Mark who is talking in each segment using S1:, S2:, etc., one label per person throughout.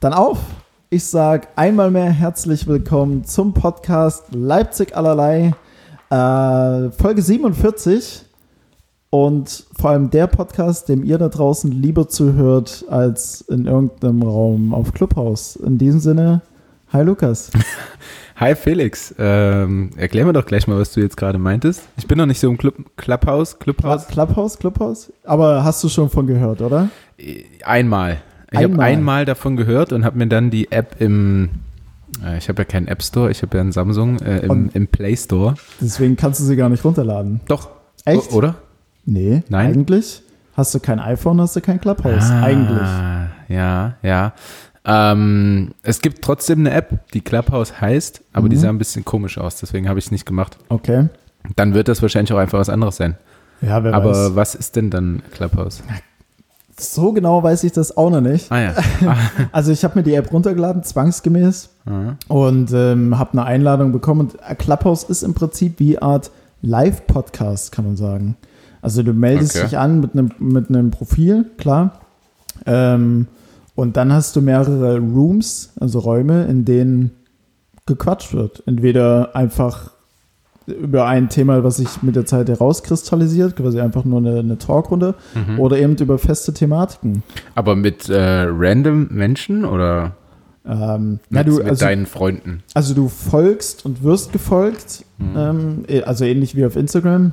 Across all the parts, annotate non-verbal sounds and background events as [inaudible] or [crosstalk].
S1: dann auf. Ich sage einmal mehr herzlich willkommen zum Podcast Leipzig allerlei, äh, Folge 47. Und vor allem der Podcast, dem ihr da draußen lieber zuhört, als in irgendeinem Raum auf Clubhouse. In diesem Sinne, hi Lukas.
S2: Hi Felix, ähm, erklär mir doch gleich mal, was du jetzt gerade meintest. Ich bin noch nicht so im Club Clubhouse, Clubhouse.
S1: Clubhouse, Clubhouse? Aber hast du schon von gehört, oder?
S2: Einmal. Ich habe
S1: Einmal.
S2: einmal davon gehört und habe mir dann die App im, äh, ich habe ja keinen App Store, ich habe ja einen Samsung, äh, im,
S1: Und-
S2: im Play Store.
S1: Deswegen kannst du sie gar nicht runterladen.
S2: Doch.
S1: Echt?
S2: O oder?
S1: Nee,
S2: Nein?
S1: eigentlich hast du kein iPhone, hast du kein Clubhouse. Eigentlich.
S2: Ah, Ja, ja. Ähm, es gibt trotzdem eine App, die Clubhouse heißt, aber
S1: Mhm.
S2: die sah ein bisschen komisch aus, deswegen habe ich es nicht gemacht.
S1: Okay.
S2: Dann wird das wahrscheinlich auch einfach was anderes sein.
S1: Ja, wer
S2: aber
S1: weiß.
S2: was ist denn dann Clubhouse?
S1: So genau weiß ich das auch noch nicht.
S2: Ah ja.
S1: [laughs] Also ich habe mir die App runtergeladen, zwangsgemäß,
S2: Ah,
S1: und ähm, habe eine Einladung bekommen. Und äh, Clubhouse ist im Prinzip wie Art Live-Podcast, kann man sagen. Also du meldest
S2: Okay.
S1: dich an mit einem mit einem Profil, klar. Ähm, und dann hast du mehrere Rooms, also Räume, in denen gequatscht wird. Entweder einfach über ein Thema, was sich mit der Zeit herauskristallisiert, quasi einfach nur eine, eine Talkrunde,
S2: Mhm.
S1: oder eben über feste Thematiken.
S2: Aber mit äh, random Menschen oder
S1: Ähm,
S2: mit,
S1: ja, du,
S2: mit
S1: also,
S2: deinen Freunden?
S1: also du folgst und wirst gefolgt,
S2: Mhm.
S1: ähm, eh- also ähnlich wie auf Instagram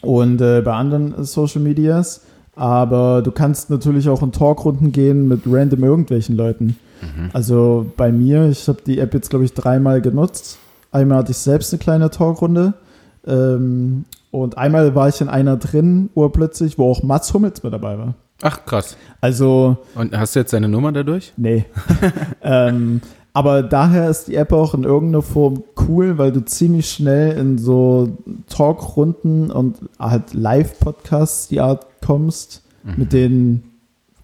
S1: und äh, bei anderen äh, Social Medias. Aber du kannst natürlich auch in Talkrunden gehen mit random irgendwelchen Leuten.
S2: Mhm.
S1: Also bei mir, ich habe die App jetzt, glaube ich, dreimal genutzt. Einmal hatte ich selbst eine kleine Talkrunde. Ähm, und einmal war ich in einer drin, urplötzlich, wo auch Mats Hummels mit dabei war.
S2: Ach krass.
S1: Also
S2: Und hast du jetzt deine Nummer dadurch?
S1: Nee. [laughs] ähm, aber daher ist die App auch in irgendeiner Form cool, weil du ziemlich schnell in so Talkrunden und halt Live-Podcasts die Art kommst mit den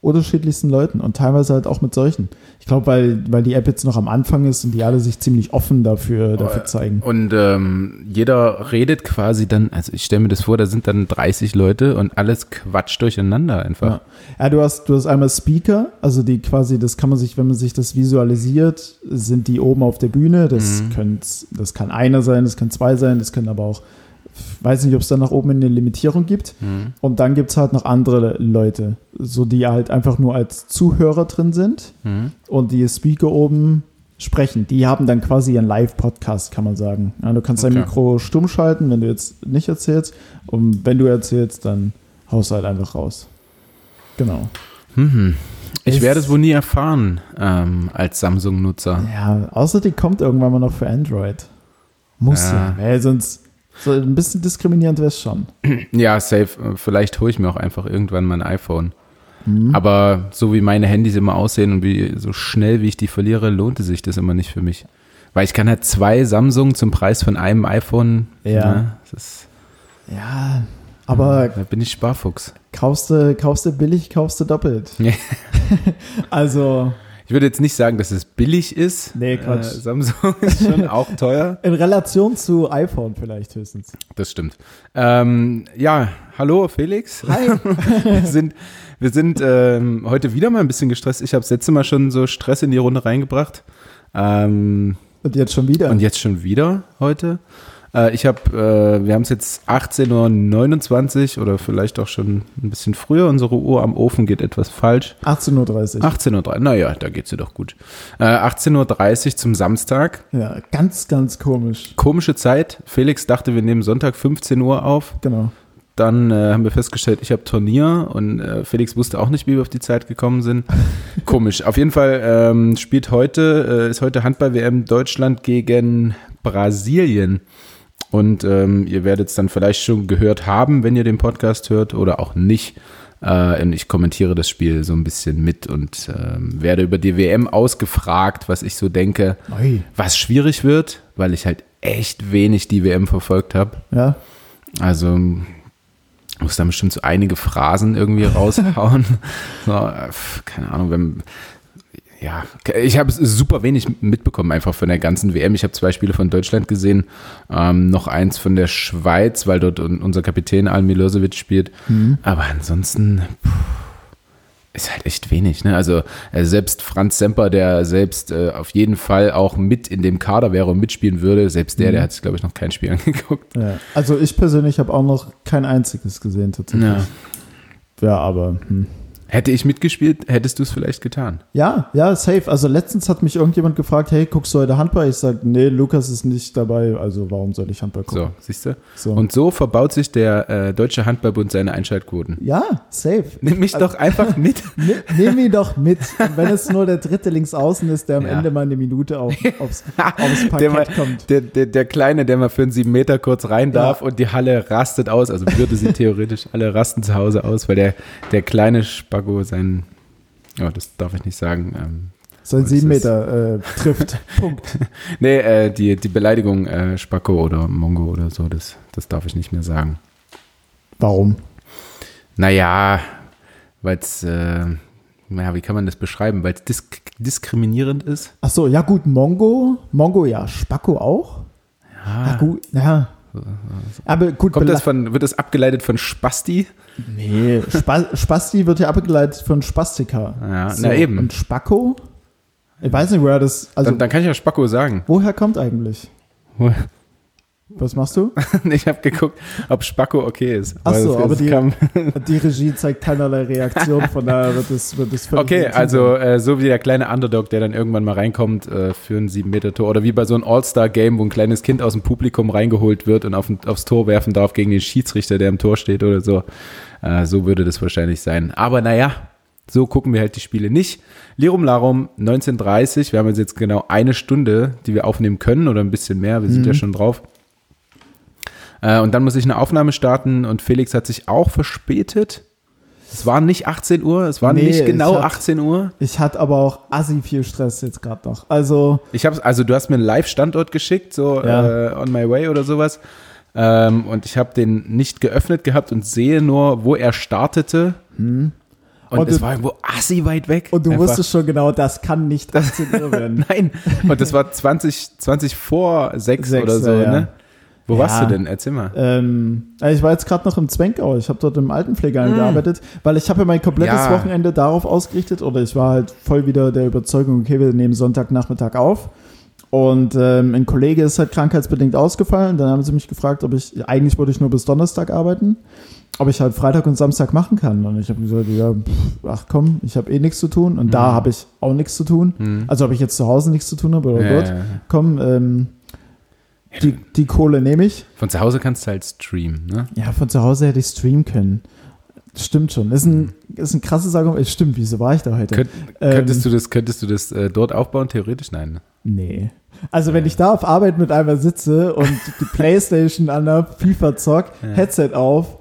S1: unterschiedlichsten Leuten und teilweise halt auch mit solchen. Ich glaube, weil, weil die App jetzt noch am Anfang ist und die alle sich ziemlich offen dafür, dafür zeigen.
S2: Und ähm, jeder redet quasi dann, also ich stelle mir das vor, da sind dann 30 Leute und alles quatscht durcheinander einfach.
S1: Ja. ja, du hast, du hast einmal Speaker, also die quasi, das kann man sich, wenn man sich das visualisiert, sind die oben auf der Bühne. Das, können, das kann einer sein, das kann zwei sein, das können aber auch, weiß nicht, ob es dann nach oben eine Limitierung gibt. Und dann gibt es halt noch andere Leute, so die halt einfach nur als Zuhörer drin sind
S2: Mhm.
S1: und die Speaker oben sprechen. Die haben dann quasi ihren Live-Podcast, kann man sagen. Ja, du kannst
S2: Okay.
S1: dein Mikro stumm schalten, wenn du jetzt nicht erzählst. Und wenn du erzählst, dann haust du halt einfach raus. Genau.
S2: Mhm. Ich
S1: Ist-
S2: werde es wohl nie erfahren ähm, als Samsung-Nutzer.
S1: Ja, außer die kommt irgendwann mal noch für Android. Muss
S2: Ja.
S1: ja. Weil sonst so ein bisschen diskriminierend wäre es schon.
S2: Ja, safe. Äh, Vielleicht hole ich mir auch einfach irgendwann mein iPhone.
S1: Mhm.
S2: Aber so wie meine Handys immer aussehen und wie so schnell wie ich die verliere, lohnte sich das immer nicht für mich. Weil ich kann halt zwei Samsung zum Preis von einem iPhone.
S1: Ja.
S2: ne, das ist,
S1: Ja, aber
S2: da bin ich Sparfuchs.
S1: kaufst du, kaufst du billig, kaufst du doppelt.
S2: Ja.
S1: [laughs] also
S2: Ich würde jetzt nicht sagen, dass es billig ist.
S1: Nee, Quatsch.
S2: Äh, Samsung [laughs] ist schon auch teuer.
S1: in Relation zu iPhone vielleicht
S2: [laughs]
S1: höchstens.
S2: Das stimmt. Ähm, ja, hallo Felix.
S1: [laughs] Hi.
S2: Wir sind, wir sind ähm, heute wieder mal ein bisschen gestresst. Ich habe das letzte Mal schon so Stress in die Runde reingebracht. Ähm,
S1: Und jetzt schon wieder.
S2: und jetzt schon wieder heute. Äh, ich habe, äh, wir haben es jetzt 18.29 Uhr oder vielleicht auch schon ein bisschen früher. Unsere Uhr am Ofen geht etwas falsch.
S1: 18.30 Uhr.
S2: 18.30 Uhr, naja, da geht sie doch gut. Äh, 18.30 Uhr zum Samstag.
S1: Ja, ganz, ganz komisch.
S2: Komische Zeit. Felix dachte, wir nehmen Sonntag 15 Uhr auf.
S1: Genau.
S2: Dann äh, haben wir festgestellt, ich habe Turnier und äh, Felix wusste auch nicht, wie wir auf die Zeit gekommen sind. Komisch. Auf jeden Fall ähm, spielt heute, äh, ist heute Handball-WM Deutschland gegen Brasilien. Und ähm, ihr werdet es dann vielleicht schon gehört haben, wenn ihr den Podcast hört oder auch nicht. Äh, und ich kommentiere das Spiel so ein bisschen mit und ähm, werde über die WM ausgefragt, was ich so denke.
S1: Ui.
S2: Was schwierig wird, weil ich halt echt wenig die WM verfolgt habe.
S1: Ja.
S2: Also muss da bestimmt so einige Phrasen irgendwie raushauen. so, äh, pf, keine Ahnung, wenn. Ja, ich habe super wenig mitbekommen einfach von der ganzen WM. Ich habe zwei Spiele von Deutschland gesehen, ähm, noch eins von der Schweiz, weil dort un- unser Kapitän Al Milosevic spielt. Aber ansonsten, pff, ist halt echt wenig, ne? Also äh, selbst Franz Semper, der selbst äh, auf jeden Fall auch mit in dem Kader wäre und mitspielen würde, selbst der,
S1: Mhm.
S2: der hat sich, glaube ich, noch kein Spiel [laughs] angeguckt.
S1: Ja. Also ich persönlich habe auch noch kein einziges gesehen tatsächlich.
S2: Ja.
S1: Ja, aber hm.
S2: Hätte ich mitgespielt, hättest du es vielleicht getan.
S1: ja, ja, safe. Also letztens hat mich irgendjemand gefragt, hey, guckst du heute Handball? Ich sage, nee, Lukas ist nicht dabei, also warum soll ich Handball gucken?
S2: So, siehst du?
S1: So.
S2: Und so verbaut sich der äh, Deutsche Handballbund seine Einschaltquoten.
S1: Ja, safe.
S2: Nimm mich doch einfach mit.
S1: Ne- Nimm ihn doch mit. Und wenn es nur der dritte links außen ist, der am
S2: Ja.
S1: Ende mal eine Minute auf,
S2: [laughs]
S1: aufs, aufs Parkett
S2: Der, mal,
S1: kommt.
S2: [laughs] der, der, der Kleine, der mal für einen sieben Meter kurz rein darf und die Halle rastet aus, also würde sie theoretisch alle rasten zu Hause aus, weil der, der kleine Spaggo seinen, oh, das darf ich nicht sagen, ähm,
S1: Sein
S2: das ist-
S1: Siebenmeter äh, trifft.
S2: [laughs]
S1: Punkt.
S2: Nee, äh, die, die Beleidigung äh, Spacko oder Mongo oder so, das, das darf ich nicht mehr sagen.
S1: Warum?
S2: Naja, weil es, äh, naja, wie kann man das beschreiben? Weil es disk diskriminierend ist?
S1: Ach so, ja gut, Mongo. Mongo ja, Spacko auch. Ja, gut, ja. Aber gut,
S2: Kommt
S1: bela-
S2: das von, wird das abgeleitet von Spasti?
S1: nee, Spa Spasti wird ja abgeleitet von Spastika.
S2: Ja, na eben.
S1: Und Spacko? Ich weiß nicht, woher das, also
S2: dann, dann kann ich ja Spacko sagen. [laughs]
S1: woher kommt eigentlich? Was machst
S2: [laughs]
S1: du?
S2: ich habe geguckt, ob Spacko okay ist.
S1: Ach so,
S2: es-
S1: aber
S2: es
S1: die-
S2: kam-
S1: Die Regie zeigt keinerlei Reaktion, von daher wird es, wird es völlig
S2: Okay,
S1: legitim.
S2: also äh, so wie der kleine Underdog, der dann irgendwann mal reinkommt äh, für ein 7-Meter-Tor oder wie bei so einem All-Star-Game, wo ein kleines Kind aus dem Publikum reingeholt wird und auf, ein- aufs Tor werfen darf gegen den Schiedsrichter, der im Tor steht oder so. Äh, so würde das wahrscheinlich sein. Aber naja, so gucken wir halt die Spiele nicht. Lirum Larum, 19.30 wir haben jetzt, jetzt genau eine Stunde, die wir aufnehmen können oder ein bisschen mehr, wir sind
S1: Mhm.
S2: ja schon drauf. Äh, und dann muss ich eine Aufnahme starten und Felix hat sich auch verspätet. Es war nicht 18 Uhr, es war
S1: Nee,
S2: nicht genau
S1: es hat-
S2: 18 Uhr.
S1: Ich hatte aber auch assi viel Stress jetzt gerade noch. Also,
S2: Ich hab's, also du hast mir einen Live-Standort geschickt, so
S1: Ja.
S2: äh, on my way oder sowas. Ähm, und ich habe den nicht geöffnet gehabt und sehe nur, wo er startete. Und,
S1: Hm. Und
S2: es
S1: du-
S2: war irgendwo assi weit weg.
S1: und du
S2: Einfach-
S1: wusstest schon genau, das kann
S2: [laughs]
S1: nicht 18 Uhr werden.
S2: Nein. Und das war 20, 20 vor 6,
S1: Sechs,
S2: oder so,
S1: ja, ja.
S2: ne? Wo
S1: Ja.
S2: warst du denn? Erzähl mal.
S1: Ähm, also ich war jetzt gerade noch im Zwenkau. Ich habe dort im Altenpflegeheim gearbeitet, weil ich habe ja mein komplettes
S2: Hm. Ja.
S1: Wochenende darauf ausgerichtet oder ich war halt voll wieder der Überzeugung, okay, wir nehmen Sonntagnachmittag auf. Und ähm, ein Kollege ist halt krankheitsbedingt ausgefallen. Dann haben sie mich gefragt, ob ich, eigentlich wollte ich nur bis Donnerstag arbeiten, ob ich halt Freitag und Samstag machen kann. Und ich habe gesagt, ja, pff, ach komm, ich habe eh nichts zu tun. Und
S2: Hm.
S1: da habe ich auch nichts zu tun. Also ob ich jetzt zu Hause nichts zu tun habe oder
S2: Ja,
S1: dort,
S2: ja, ja.
S1: komm, ähm, die, die Kohle nehme ich.
S2: Von zu Hause kannst du halt streamen, ne?
S1: Ja, von zu Hause hätte ich streamen können. Stimmt schon. Ist ein, ist ein krasses Argument. Äh, Stimmt, wieso war ich da heute?
S2: Könnt,
S1: Ähm.
S2: könntest du das, könntest du das äh, dort aufbauen? Theoretisch nein. ne?
S1: Ähm, Nee. Also, wenn ich da auf Arbeit mit einmal sitze und die Playstation anhab, FIFA zock, Headset auf,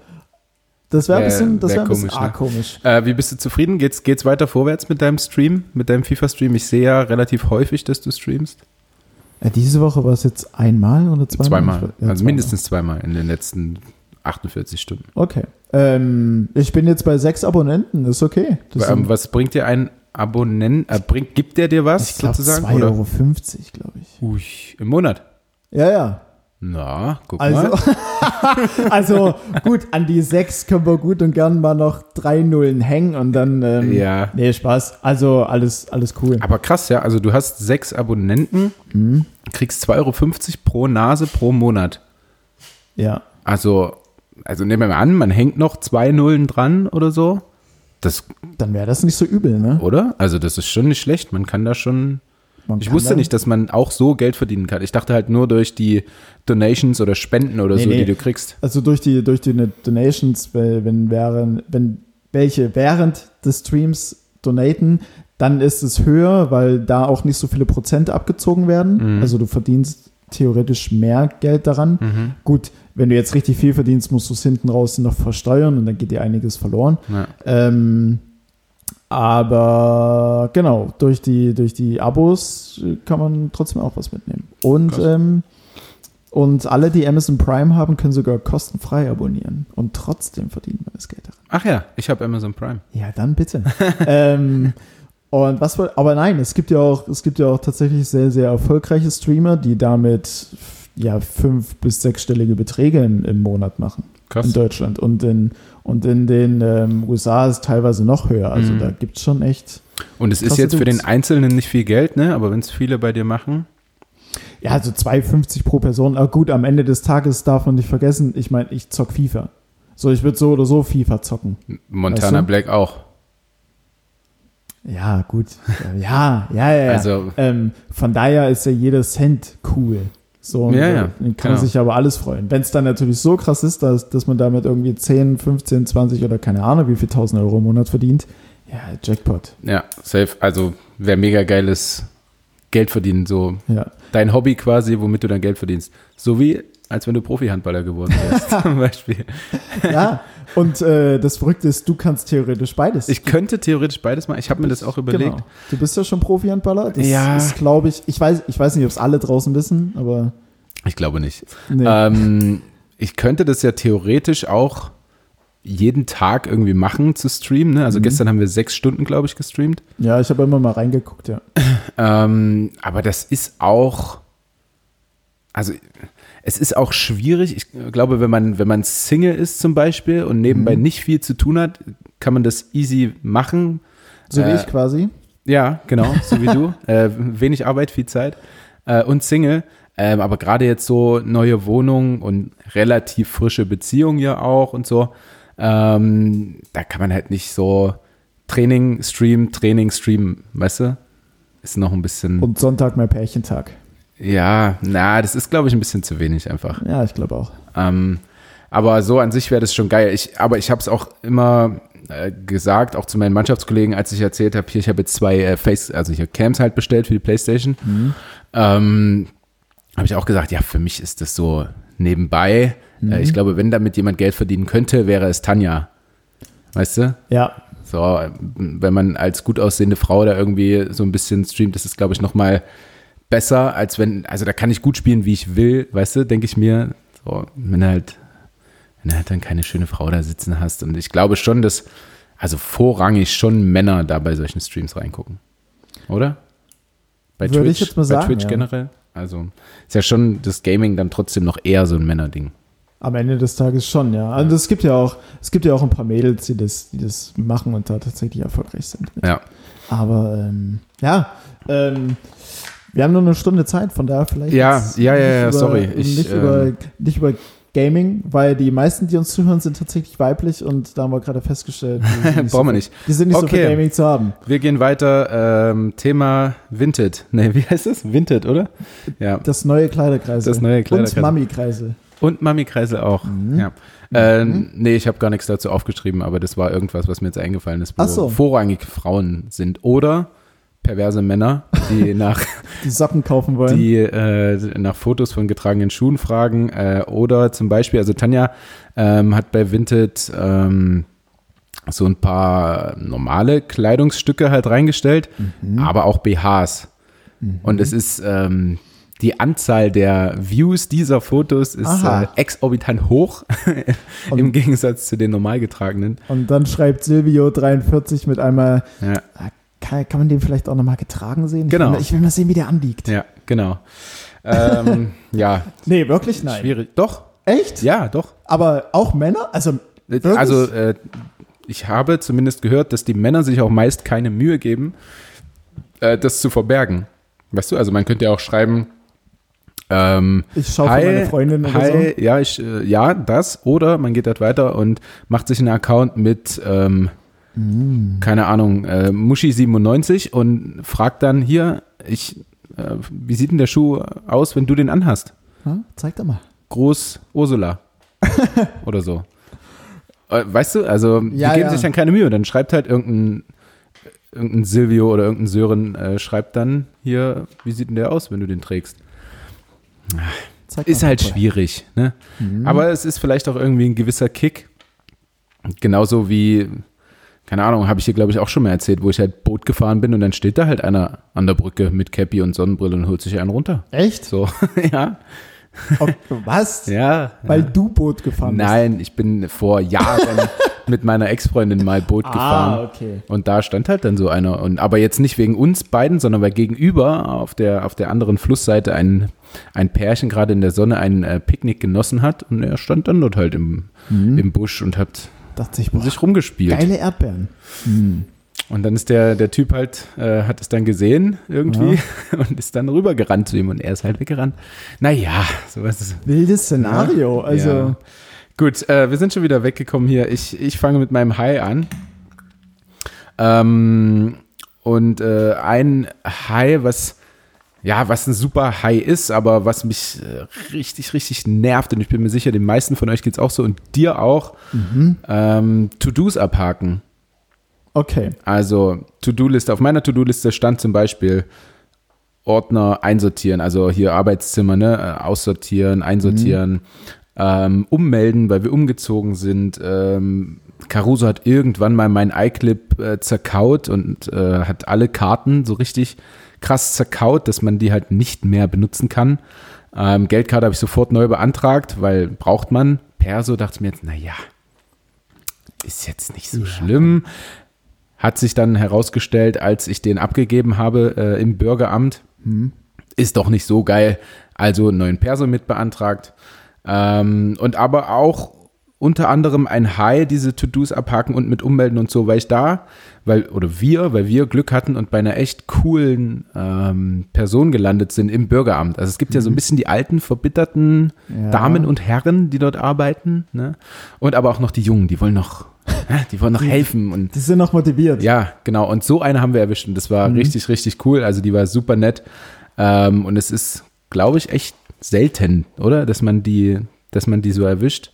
S1: das wäre ein
S2: Wär-
S1: bisschen, das
S2: wär
S1: wär ein bisschen
S2: komisch, ne?
S1: arg komisch.
S2: Äh, wie bist du zufrieden? Geht's, geht's weiter vorwärts mit deinem Stream, mit deinem FIFA-Stream? Ich sehe ja relativ häufig, dass du streamst.
S1: Ja, Äh, diese Woche war es jetzt einmal oder zweimal?
S2: Zweimal.
S1: Ich weiß-
S2: Also
S1: ja,
S2: mindestens zweimal in den letzten 48 Stunden.
S1: Okay. Ähm, ich bin jetzt bei sechs Abonnenten, ist okay. Das
S2: Ähm,
S1: sind,
S2: was bringt dir ein Abonnent? Äh, bringt, gibt der dir was
S1: ich glaube,
S2: sozusagen?
S1: 2,50
S2: Oder?
S1: Euro, glaube ich.
S2: Ui, Im Monat?
S1: Ja, ja.
S2: Na, guck
S1: Also,
S2: mal.
S1: [laughs] also gut, an die 6 können wir gut und gern mal noch drei Nullen hängen und dann. Ähm,
S2: Ja.
S1: Nee, Spaß. Also alles, alles cool.
S2: Aber krass, ja. Also du hast sechs Abonnenten,
S1: Mhm.
S2: kriegst 2,50 Euro pro Nase pro Monat.
S1: Ja.
S2: Also, also nehmen wir mal an, man hängt noch zwei Nullen dran oder so. Das,
S1: Dann wäre das nicht so übel, ne?
S2: oder? Also, das ist schon nicht schlecht. Man kann da schon.
S1: Man
S2: Ich
S1: kann
S2: wusste
S1: dann-
S2: nicht, dass man auch so Geld verdienen kann. Ich dachte halt nur durch die Donations oder Spenden oder
S1: Nee,
S2: so,
S1: nee.
S2: die du kriegst.
S1: Also durch die, durch die Donations, weil wenn, wären, wenn welche während des Streams donaten, dann ist es höher, weil da auch nicht so viele Prozent abgezogen werden.
S2: Mhm.
S1: Also du verdienst theoretisch mehr Geld daran.
S2: Mhm.
S1: Gut, wenn du jetzt richtig viel verdienst, musst du es hinten raus noch versteuern und dann geht dir einiges verloren.
S2: Ja.
S1: Ähm, aber genau, durch die, durch die Abos äh, kann man trotzdem auch was mitnehmen. Und,
S2: Krass.
S1: ähm, und alle, die Amazon Prime haben, können sogar kostenfrei abonnieren. Und trotzdem verdienen wir das Geld daran.
S2: Ach ja, ich habe Amazon Prime.
S1: Ja, dann bitte. [laughs] ähm, und was woll- aber nein, es gibt ja auch, es gibt ja auch tatsächlich sehr, sehr erfolgreiche Streamer, die damit ja fünf- bis sechsstellige Beträge im, im Monat machen in
S2: Krass.
S1: Deutschland. Und in, und in den ähm, USA ist teilweise noch höher. Also
S2: Mhm.
S1: da gibt es schon echt.
S2: Und es ist
S1: Krasse
S2: jetzt für den
S1: Dudes.
S2: Einzelnen nicht viel Geld, ne? Aber wenn es viele bei dir machen.
S1: Ja, also 2,50 pro Person. Aber gut, am Ende des Tages darf man nicht vergessen, ich meine, ich zock FIFA. So, ich würde so oder so FIFA zocken.
S2: Montana
S1: Weißt du?
S2: Black auch.
S1: Ja, gut. Ja, ja, ja. ja.
S2: Also-
S1: ähm, von daher ist ja jeder Cent cool. So, und,
S2: Ja,
S1: äh,
S2: ja,
S1: Dann kann
S2: genau.
S1: sich aber alles freuen. Wenn es dann natürlich so krass ist, dass, dass man damit irgendwie 10, 15, 20 oder keine Ahnung, wie viel 1000 Euro im Monat verdient, ja, Jackpot.
S2: Ja, safe. Also wäre mega geiles Geld verdienen, so [laughs]
S1: Ja.
S2: dein Hobby quasi, womit du dann Geld verdienst. So wie als wenn du Profi-Handballer geworden wärst, [laughs] zum Beispiel.
S1: ja, und äh, das Verrückte ist, du kannst theoretisch beides.
S2: Ich könnte theoretisch beides machen. Ich habe mir das auch überlegt.
S1: Genau. Du bist ja schon Profi-Handballer. Das
S2: Ja.
S1: ist, glaube ich, ich weiß, ich weiß nicht, ob es alle draußen wissen, aber
S2: Ich glaube nicht.
S1: nee.
S2: Ähm, ich könnte das ja theoretisch auch jeden Tag irgendwie machen zu streamen. Ne? Also gestern haben wir sechs Stunden, glaube ich, gestreamt.
S1: ja, ich habe immer mal reingeguckt, ja.
S2: Ähm, aber das ist auch, also es ist auch schwierig. Ich glaube, wenn man, wenn man Single ist zum Beispiel und nebenbei nicht viel zu tun hat, kann man das easy machen.
S1: So wie
S2: Äh,
S1: ich quasi.
S2: Ja, genau, so wie du. Äh, wenig Arbeit, viel Zeit äh, und Single. Ähm, aber gerade jetzt so neue Wohnungen und relativ frische Beziehungen ja auch und so, ähm, da kann man halt nicht so Training, Stream, Training, Stream, weißt du? Ist noch ein bisschen.
S1: Und Sonntag mein Pärchentag.
S2: Ja, na, das ist, glaube ich, ein bisschen zu wenig einfach.
S1: Ja, ich glaube auch.
S2: Ähm, aber so an sich wäre das schon geil. Ich, aber ich habe es auch immer äh, gesagt, auch zu meinen Mannschaftskollegen, als ich erzählt habe, hier, ich habe jetzt zwei äh, Face, also hier Cams halt bestellt für die Playstation. Ähm, habe ich auch gesagt, ja, für mich ist das so nebenbei. Äh, ich glaube, wenn damit jemand Geld verdienen könnte, wäre es Tanja. Weißt du?
S1: Ja,
S2: So, wenn man als gut aussehende Frau da irgendwie so ein bisschen streamt, ist es, glaube ich, nochmal besser, als wenn, also da kann ich gut spielen, wie ich will, weißt du, denke ich mir. So, wenn du halt, wenn du halt dann keine schöne Frau da sitzen hast. Und ich glaube schon, dass, also vorrangig schon Männer da bei solchen Streams reingucken. Oder? Bei
S1: Würde ich jetzt mal
S2: bei
S1: sagen,
S2: Twitch
S1: ja.
S2: generell. Also ist ja schon das Gaming dann trotzdem noch eher so ein Männerding.
S1: am Ende des Tages schon, ja. Also es gibt ja auch, es gibt ja auch ein paar Mädels, die das, die das machen und da tatsächlich erfolgreich sind.
S2: Ja.
S1: Aber ähm, ja, ähm, wir haben nur eine Stunde Zeit, von daher vielleicht.
S2: Ja,
S1: jetzt
S2: ja, ja, ja,
S1: nicht über,
S2: sorry. Ich,
S1: Nicht,
S2: ähm,
S1: über, nicht über Gaming, weil die meisten, die uns zuhören, sind tatsächlich weiblich und da haben wir gerade festgestellt, die sind
S2: [laughs]
S1: nicht, so,
S2: Brauchen wir nicht.
S1: die sind nicht so für
S2: Okay.
S1: Gaming zu haben.
S2: Wir gehen weiter. Ähm, Thema Vinted. [laughs] Nee, wie heißt es? Vinted, oder? Ja.
S1: Das neue Kleiderkreisel.
S2: Das neue Kleiderkreisel.
S1: Und Mami-Kreisel.
S2: Und Mami Kreisel auch. Ja. Ähm, nee, ich habe gar nichts dazu aufgeschrieben, aber das war irgendwas, was mir jetzt eingefallen ist, wo
S1: Ach so.
S2: vorrangig Frauen sind. Oder perverse Männer, [laughs] die nach,
S1: Die Socken kaufen wollen.
S2: die, äh, nach Fotos von getragenen Schuhen fragen. Äh, oder zum Beispiel, also Tanja ähm, hat bei Vinted ähm, so ein paar normale Kleidungsstücke halt reingestellt,
S1: Mhm.
S2: aber auch BHs. Und es ist ähm, die Anzahl der Views dieser Fotos ist
S1: Aha.
S2: äh, exorbitant hoch [laughs] im Gegensatz zu den normal getragenen.
S1: Und dann schreibt Silvio 43 mit einmal,
S2: Ja,
S1: ah, kann, kann man den vielleicht auch nochmal getragen sehen? Ich
S2: Genau.
S1: will mal- Ich will mal sehen, wie der anliegt.
S2: ja genau. ähm, ja,
S1: Nee, wirklich [laughs] nein.
S2: schwierig. Doch,
S1: Echt?
S2: ja, doch.
S1: Aber auch Männer? Also, wirklich?
S2: Also äh, ich habe zumindest gehört, dass die Männer sich auch meist keine Mühe geben, äh, das zu verbergen. Weißt du, also man könnte ja auch schreiben, ähm,
S1: ich schaue für meine Freundin oder
S2: hi, ja, ich, äh, ja, das oder man geht halt weiter und macht sich einen Account mit, ähm,
S1: Mm.
S2: keine Ahnung, äh, Muschi97 und fragt dann hier, ich, äh, wie sieht denn der Schuh aus, wenn du den anhast?
S1: so. Hm? Zeig doch mal.
S2: groß [laughs] Ursula oder so. Äh, Weißt du, also die
S1: Ja,
S2: geben
S1: ja.
S2: sich dann keine Mühe. Dann schreibt halt irgendein, irgendein Silvio oder irgendein Sören, äh, schreibt dann hier, wie sieht denn der aus, wenn du den trägst?
S1: Zeig
S2: Ist
S1: mal.
S2: halt schwierig, ne? Aber es ist vielleicht auch irgendwie ein gewisser Kick. Genauso wie, keine Ahnung, habe ich hier glaube ich auch schon mal erzählt, wo ich halt Boot gefahren bin und dann steht da halt einer an der Brücke mit Cappy und Sonnenbrille und holt sich einen runter.
S1: Echt?
S2: So, [laughs] ja. [laughs]
S1: Okay, was?
S2: Ja.
S1: Weil du Boot gefahren bist. [laughs]
S2: Nein, ich bin vor Jahren mit meiner Ex-Freundin mal Boot gefahren.
S1: Ah, okay.
S2: Und da stand halt dann so einer. Und, aber jetzt nicht wegen uns beiden, sondern weil gegenüber auf der, auf der anderen Flussseite ein, ein Pärchen gerade in der Sonne ein äh, Picknick genossen hat. Und er stand dann dort halt im,
S1: Mhm.
S2: im Busch und hat
S1: Dachte ich, boah,
S2: sich rumgespielt.
S1: geile Erdbeeren.
S2: Und dann ist der, der Typ halt, äh, hat es dann gesehen irgendwie [laughs] und ist dann rübergerannt zu ihm und er ist halt weggerannt. Naja, sowas ist.
S1: Wildes Szenario. Also,
S2: Ja. Gut, äh, wir sind schon wieder weggekommen hier. Ich, ich fange mit meinem Hai an. Ähm, und äh, ein Hai, was ja, was ein super Hai ist, aber was mich äh, richtig, richtig nervt und ich bin mir sicher, den meisten von euch geht es auch so und dir auch, ähm, To-Dos abhaken.
S1: okay.
S2: Also To-Do-Liste, auf meiner To-Do-Liste stand zum Beispiel Ordner einsortieren, also hier Arbeitszimmer, ne, äh, aussortieren, einsortieren, ähm, ummelden, weil wir umgezogen sind. Ähm, Caruso hat irgendwann mal meinen iClip äh, zerkaut und äh, hat alle Karten so richtig krass zerkaut, dass man die halt nicht mehr benutzen kann. Ähm, Geldkarte habe ich sofort neu beantragt, weil braucht man. Perso dachte ich mir jetzt, naja, ist jetzt nicht so schlimm. Hat sich dann herausgestellt, als ich den abgegeben habe äh, im Bürgeramt, ist doch nicht so geil. Also einen neuen Perso mit beantragt. Ähm, und aber auch unter anderem ein High, diese To-Dos abhaken und mit ummelden und so, weil ich da, weil, oder wir, weil wir Glück hatten und bei einer echt coolen ähm, Person gelandet sind im Bürgeramt. Also es gibt ja so ein bisschen die alten, verbitterten
S1: Ja.
S2: Damen und Herren, die dort arbeiten, ne? Und aber auch noch die Jungen, die wollen noch, [laughs] die wollen noch helfen und
S1: Die sind noch motiviert.
S2: ja, genau. Und so eine haben wir erwischt. Und das war richtig, richtig cool. Also die war super nett. Ähm, und es ist, glaube ich, echt selten, oder? Dass man die, dass man die so erwischt.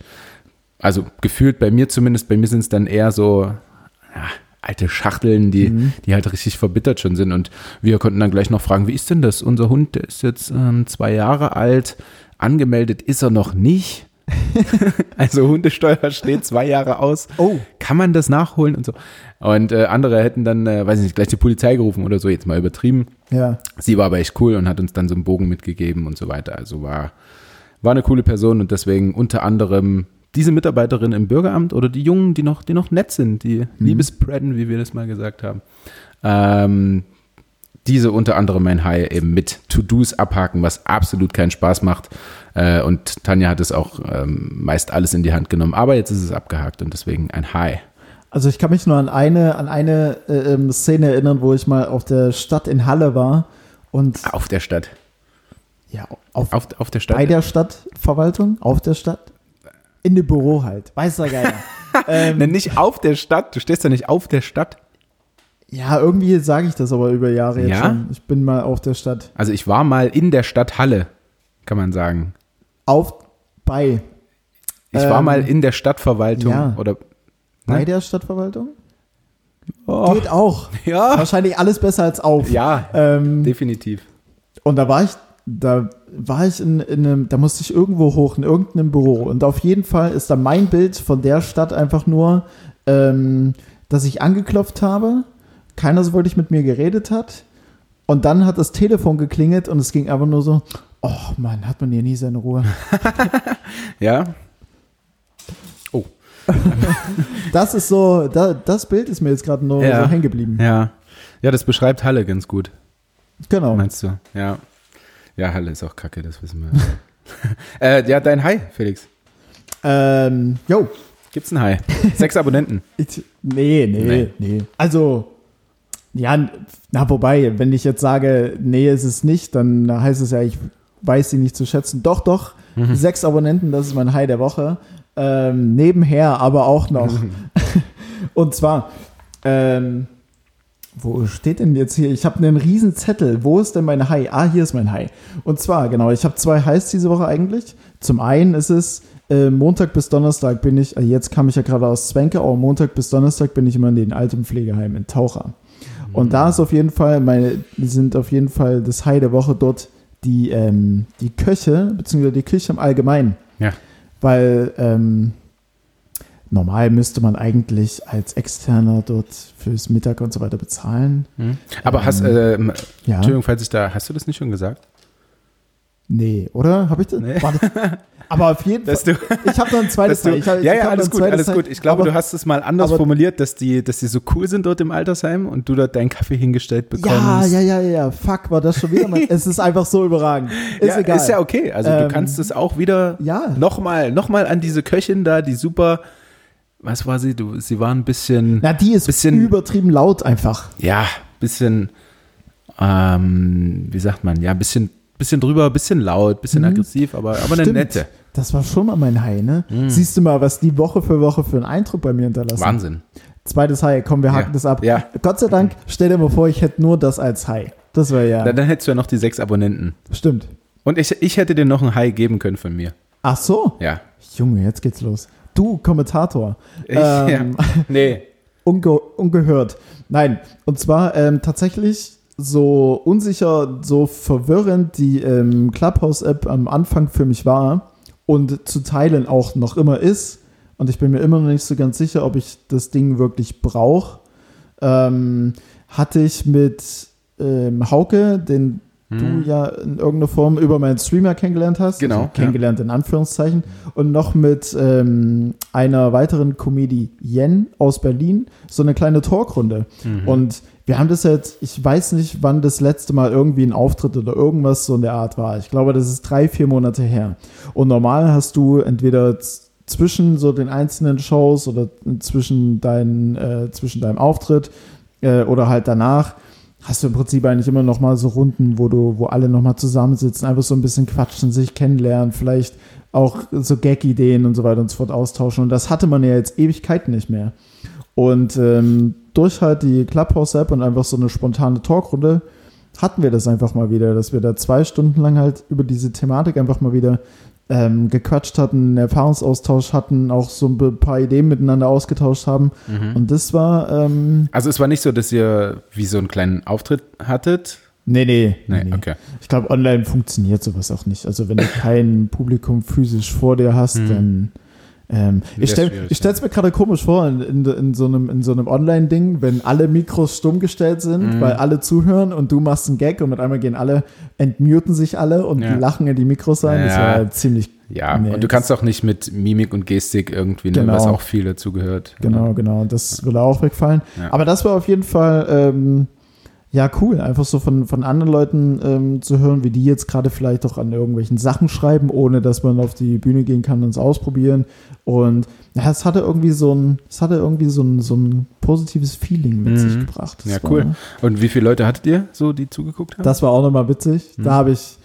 S2: Also gefühlt bei mir zumindest, bei mir sind es dann eher so ja, alte Schachteln, die, die halt richtig verbittert schon sind. Und wir konnten dann gleich noch fragen, wie ist denn das? Unser Hund, der ist jetzt ähm, zwei Jahre alt, angemeldet ist er noch nicht. also Hundesteuer steht zwei Jahre aus.
S1: Oh.
S2: Kann man das nachholen und so. Und äh, andere hätten dann, äh, weiß ich nicht, gleich die Polizei gerufen oder so, jetzt mal übertrieben.
S1: Ja.
S2: Sie war aber echt cool und hat uns dann so einen Bogen mitgegeben und so weiter. Also war, war eine coole Person und deswegen unter anderem diese Mitarbeiterin im Bürgeramt oder die Jungen, die noch, die noch nett sind, die Liebesbredden, wie wir das mal gesagt haben. Ähm, diese unter anderem mein High eben mit To-Dos abhaken, was absolut keinen Spaß macht. Äh, und Tanja hat es auch ähm, meist alles in die Hand genommen. Aber jetzt ist es abgehakt und deswegen ein High.
S1: Also ich kann mich nur an eine, an eine äh, ähm, Szene erinnern, wo ich mal auf der Stadt in Halle war und
S2: Auf der Stadt.
S1: ja, auf,
S2: Auf, auf der Stadt.
S1: bei der Stadtverwaltung, auf der Stadt, in dem Büro halt. Weiß ja keiner.
S2: [laughs] Nein, nicht auf der Stadt. Du stehst ja nicht auf der Stadt.
S1: [laughs] ja, irgendwie sage ich das aber über Jahre jetzt
S2: Ja?
S1: schon. Ich bin mal auf der Stadt.
S2: Also ich war mal in der Stadt Halle, kann man sagen.
S1: Auf, bei,
S2: Ich
S1: Ähm,
S2: war mal in der Stadtverwaltung
S1: ja.
S2: oder
S1: bei
S2: Ne?
S1: der Stadtverwaltung?
S2: oh,
S1: Geht [laughs] auch.
S2: ja,
S1: Wahrscheinlich alles besser als auf.
S2: ja,
S1: Ähm,
S2: definitiv.
S1: Und da war ich, da war ich in, in einem, da musste ich irgendwo hoch, in irgendeinem Büro. Und auf jeden Fall ist da mein Bild von der Stadt einfach nur, ähm, dass ich angeklopft habe, keiner so wirklich mit mir geredet hat. Und dann hat das Telefon geklingelt und es ging einfach nur so, oh Mann, hat man hier nie seine
S2: [laughs]
S1: Ruhe.
S2: Ja. Oh,
S1: Das ist so, da, das Bild ist mir jetzt gerade nur
S2: Ja.
S1: so hängen geblieben.
S2: ja. Ja, das beschreibt Halle ganz gut,
S1: Genau.
S2: meinst du? Ja. Ja, Halle ist auch kacke, das wissen wir. [laughs] äh, ja, dein Hi, Felix.
S1: Ähm, yo.
S2: Gibt's ein Hi? Sechs Abonnenten.
S1: Ich, nee, nee,
S2: Nee.
S1: nee, Also, ja, na, wobei, wenn ich jetzt sage, nee, ist es nicht, dann heißt es ja, ich weiß sie nicht zu schätzen. Doch, doch, sechs Abonnenten, das ist mein High der Woche. Ähm, nebenher aber auch noch. Und zwar, ähm, wo steht denn jetzt hier? Ich habe einen riesen Zettel. Wo ist denn mein High? Ah, hier ist mein High. Und zwar, genau, ich habe zwei Highs diese Woche eigentlich. Zum einen ist es, äh, Montag bis Donnerstag bin ich, äh, jetzt kam ich ja gerade aus Zwenke, aber Montag bis Donnerstag bin ich immer in den Altenpflegeheim in Taucher. Und da ist auf jeden Fall, meine, sind auf jeden Fall das High der Woche dort die, ähm, die Köche, beziehungsweise die Küche im Allgemeinen
S2: Ja.
S1: weil ähm, normal müsste man eigentlich als Externer dort fürs Mittag und so weiter bezahlen.
S2: Aber hast, ähm,
S1: Ja.
S2: Entschuldigung, falls ich da, hast du das nicht schon gesagt?
S1: Nee, oder? Habe ich das?
S2: Nee.
S1: Warte. Aber auf
S2: [laughs]
S1: jeden
S2: Dass
S1: Fall.
S2: du,
S1: Ich habe noch ein zweites
S2: dass
S1: Teil.
S2: du,
S1: Ich hab- ich
S2: ja,
S1: hab
S2: ja,
S1: noch
S2: alles
S1: ein
S2: gut,
S1: zweites
S2: alles
S1: Teil.
S2: gut. Ich glaube,
S1: Aber-
S2: du hast es mal anders
S1: aber-
S2: formuliert, dass die, dass die so cool sind dort im Altersheim und du dort deinen Kaffee hingestellt bekommst.
S1: Ja, ja, ja, ja, ja. Fuck, war das schon wieder
S2: [laughs]
S1: mal. es ist einfach so überragend. Ist
S2: ja,
S1: egal.
S2: Ist ja okay. Also
S1: Ähm,
S2: du kannst es auch wieder
S1: ja.
S2: nochmal noch mal an diese Köchin da, die super, was war sie? Du, sie war ein bisschen,
S1: Na, die ist
S2: Bisschen-
S1: übertrieben laut einfach.
S2: ja, bisschen, ähm, wie sagt man, ja, bisschen, bisschen drüber, bisschen laut, bisschen aggressiv, aber, aber
S1: Mhm.
S2: eine
S1: Stimmt.
S2: nette. Hm.
S1: Das war schon mal mein High, ne? Siehst du mal, was die Woche für Woche für einen Eindruck bei mir hinterlassen.
S2: Wahnsinn.
S1: Zweites High, komm, wir haken das ab.
S2: Ja.
S1: Gott sei Dank, stell dir mal vor, ich hätte nur das als High. Das wäre ja.
S2: Na, Dann hättest du ja noch die sechs Abonnenten.
S1: stimmt.
S2: Und ich, ich hätte dir noch ein High geben können von mir.
S1: Ach so.
S2: Ja.
S1: Junge, jetzt geht's los. Du, Kommentator.
S2: Ich,
S1: Ähm,
S2: ja. Nee.
S1: Unge ungehört. Nein, und zwar ähm, tatsächlich so unsicher, so verwirrend die ähm, Clubhouse-App am Anfang für mich war und zu Teilen auch noch immer ist. Und ich bin mir immer noch nicht so ganz sicher, ob ich das Ding wirklich brauche. Ähm, hatte ich mit ähm, Hauke, den du ja in irgendeiner Form über meinen Streamer kennengelernt hast.
S2: Hm.
S1: Also
S2: Genau, ja.
S1: kennengelernt in Anführungszeichen. Und noch mit ähm, einer weiteren Comedienne aus Berlin so eine kleine Talkrunde.
S2: Mhm.
S1: Und wir haben das jetzt, ich weiß nicht, wann das letzte Mal irgendwie ein Auftritt oder irgendwas so in der Art war. Ich glaube, das ist drei, vier Monate her. Und normal hast du entweder z- zwischen so den einzelnen Shows oder äh, zwischen, deinen, äh, zwischen deinem Auftritt äh, oder halt danach hast du im Prinzip eigentlich immer noch mal so Runden, wo du, wo alle noch mal zusammensitzen, einfach so ein bisschen quatschen, sich kennenlernen, vielleicht auch so Gag-Ideen und so weiter und so fort austauschen. Und das hatte man ja jetzt Ewigkeiten nicht mehr. Und ähm, durch halt die Clubhouse-App und einfach so eine spontane Talkrunde hatten wir das einfach mal wieder, dass wir da zwei Stunden lang halt über diese Thematik einfach mal wieder ähm, gequatscht hatten, einen Erfahrungsaustausch hatten, auch so ein paar Ideen miteinander ausgetauscht haben.
S2: Mhm.
S1: Und das war, ähm,
S2: Also es war nicht so, dass ihr wie so einen kleinen Auftritt hattet.
S1: nee, nee,
S2: Nee, okay.
S1: Ich glaube, online funktioniert sowas auch nicht. Also wenn du kein Publikum physisch vor dir hast, dann ähm, ich
S2: Hm. Wär's
S1: stelle
S2: schwierig,
S1: ich stell's mir gerade komisch vor, in, in, in so einem, in so einem Online-Ding, wenn alle Mikros stumm gestellt
S2: Hm.
S1: sind, weil alle zuhören und du machst einen Gag und mit einmal gehen alle, entmuten sich alle und
S2: Ja.
S1: lachen in die Mikros rein. Das
S2: Ja.
S1: war ziemlich,
S2: Ja,
S1: Nee,
S2: und du kannst auch nicht mit Mimik und Gestik irgendwie, ne,
S1: Genau.
S2: was auch viel dazu gehört.
S1: genau, genau, das würde auch wegfallen.
S2: Ja.
S1: Aber das war auf jeden Fall, ähm, ja, cool, einfach so von, von anderen Leuten ähm, zu hören, wie die jetzt gerade vielleicht auch an irgendwelchen Sachen schreiben, ohne dass man auf die Bühne gehen kann und es ausprobieren. Und ja, es hatte irgendwie so ein, es hatte irgendwie so ein, so ein positives Feeling mit sich gebracht. Das
S2: Mhm. Ja,
S1: war,
S2: cool. Und wie viele Leute hattet ihr so, die zugeguckt haben?
S1: Das war auch nochmal witzig. Da habe ich,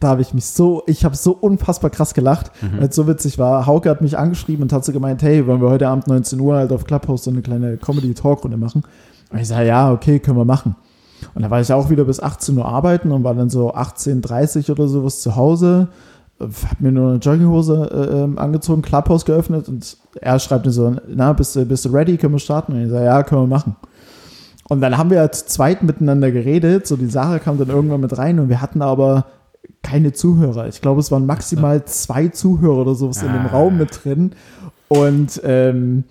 S1: da habe ich mich so, ich habe so unfassbar krass gelacht, weil es so witzig war. Hauke hat mich angeschrieben und hat so gemeint, hey, wollen wir heute Abend 19 Uhr halt auf Clubhouse so eine kleine Comedy-Talk-Runde machen? Und ich sage, ja, okay, können wir machen. Und da war ich auch wieder bis 18 Uhr arbeiten und war dann so 18.30 Uhr oder sowas zu Hause. Äh, Hab mir nur eine Jogginghose äh, ähm, angezogen, Clubhouse geöffnet und er schreibt mir so, na, bist du, bist du ready, können wir starten? Und ich sage, ja, können wir machen. Und dann haben wir ja zu zweit miteinander geredet, so die Sache kam dann irgendwann mit rein und wir hatten aber keine Zuhörer. Ich glaube, es waren maximal zwei Zuhörer oder sowas in dem
S2: Ah.
S1: Raum mit drin. Und, ähm,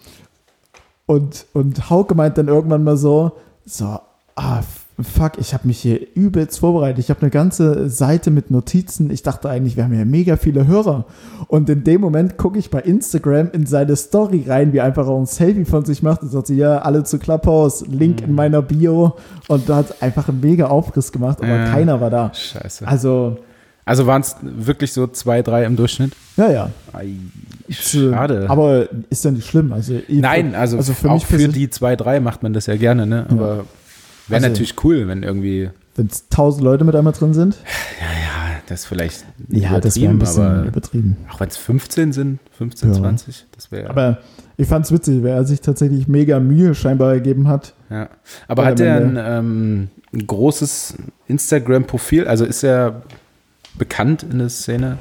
S1: und, und Hauke meint dann irgendwann mal so, so, ah, f- fuck, ich habe mich hier übelst vorbereitet. Ich habe eine ganze Seite mit Notizen. Ich dachte eigentlich, wir haben ja mega viele Hörer. Und in dem Moment gucke ich bei Instagram in seine Story rein, wie einfach auch ein Selfie von sich macht und sagt, sie, ja, alle zu Clubhouse, Link
S2: Mhm.
S1: in meiner Bio. Und da hat einfach einen mega Aufriss gemacht, aber
S2: Ja.
S1: keiner war da.
S2: Scheiße.
S1: Also,
S2: Also waren es wirklich so zwei, drei im Durchschnitt?
S1: naja.
S2: Ei, schade.
S1: Aber ist ja nicht schlimm. Also, ich-
S2: Nein, also,
S1: für
S2: auch
S1: mich
S2: für
S1: persönlich-
S2: die zwei, drei macht man das ja gerne, ne? Aber wäre
S1: Also-
S2: natürlich cool, wenn irgendwie
S1: Wenn es tausend Leute mit einmal drin sind,
S2: ah, das vielleicht
S1: ja, das wäre ein bisschen
S2: aber
S1: übertrieben.
S2: auch wenn es 15 sind, 15,
S1: Ja.
S2: 20, das wäre
S1: Aber ich fand es witzig, weil er sich tatsächlich mega Mühe scheinbar ergeben hat.
S2: Ja. Aber
S1: Oder
S2: hat
S1: wenn
S2: er ein, ähm, ein großes Instagram-Profil? Also ist er bekannt in der Szene?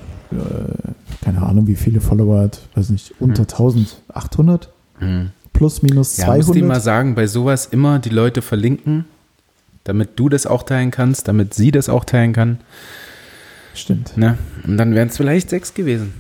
S1: Keine Ahnung, wie viele Follower hat. Weiß
S2: Hm.
S1: nicht, unter 1800? Plus, minus
S2: Ja, musst du ihm mal
S1: 200?
S2: sagen, bei sowas immer die Leute verlinken, damit du das auch teilen kannst, damit sie das auch teilen kann.
S1: Stimmt.
S2: Ne? Und dann wären es vielleicht sechs gewesen.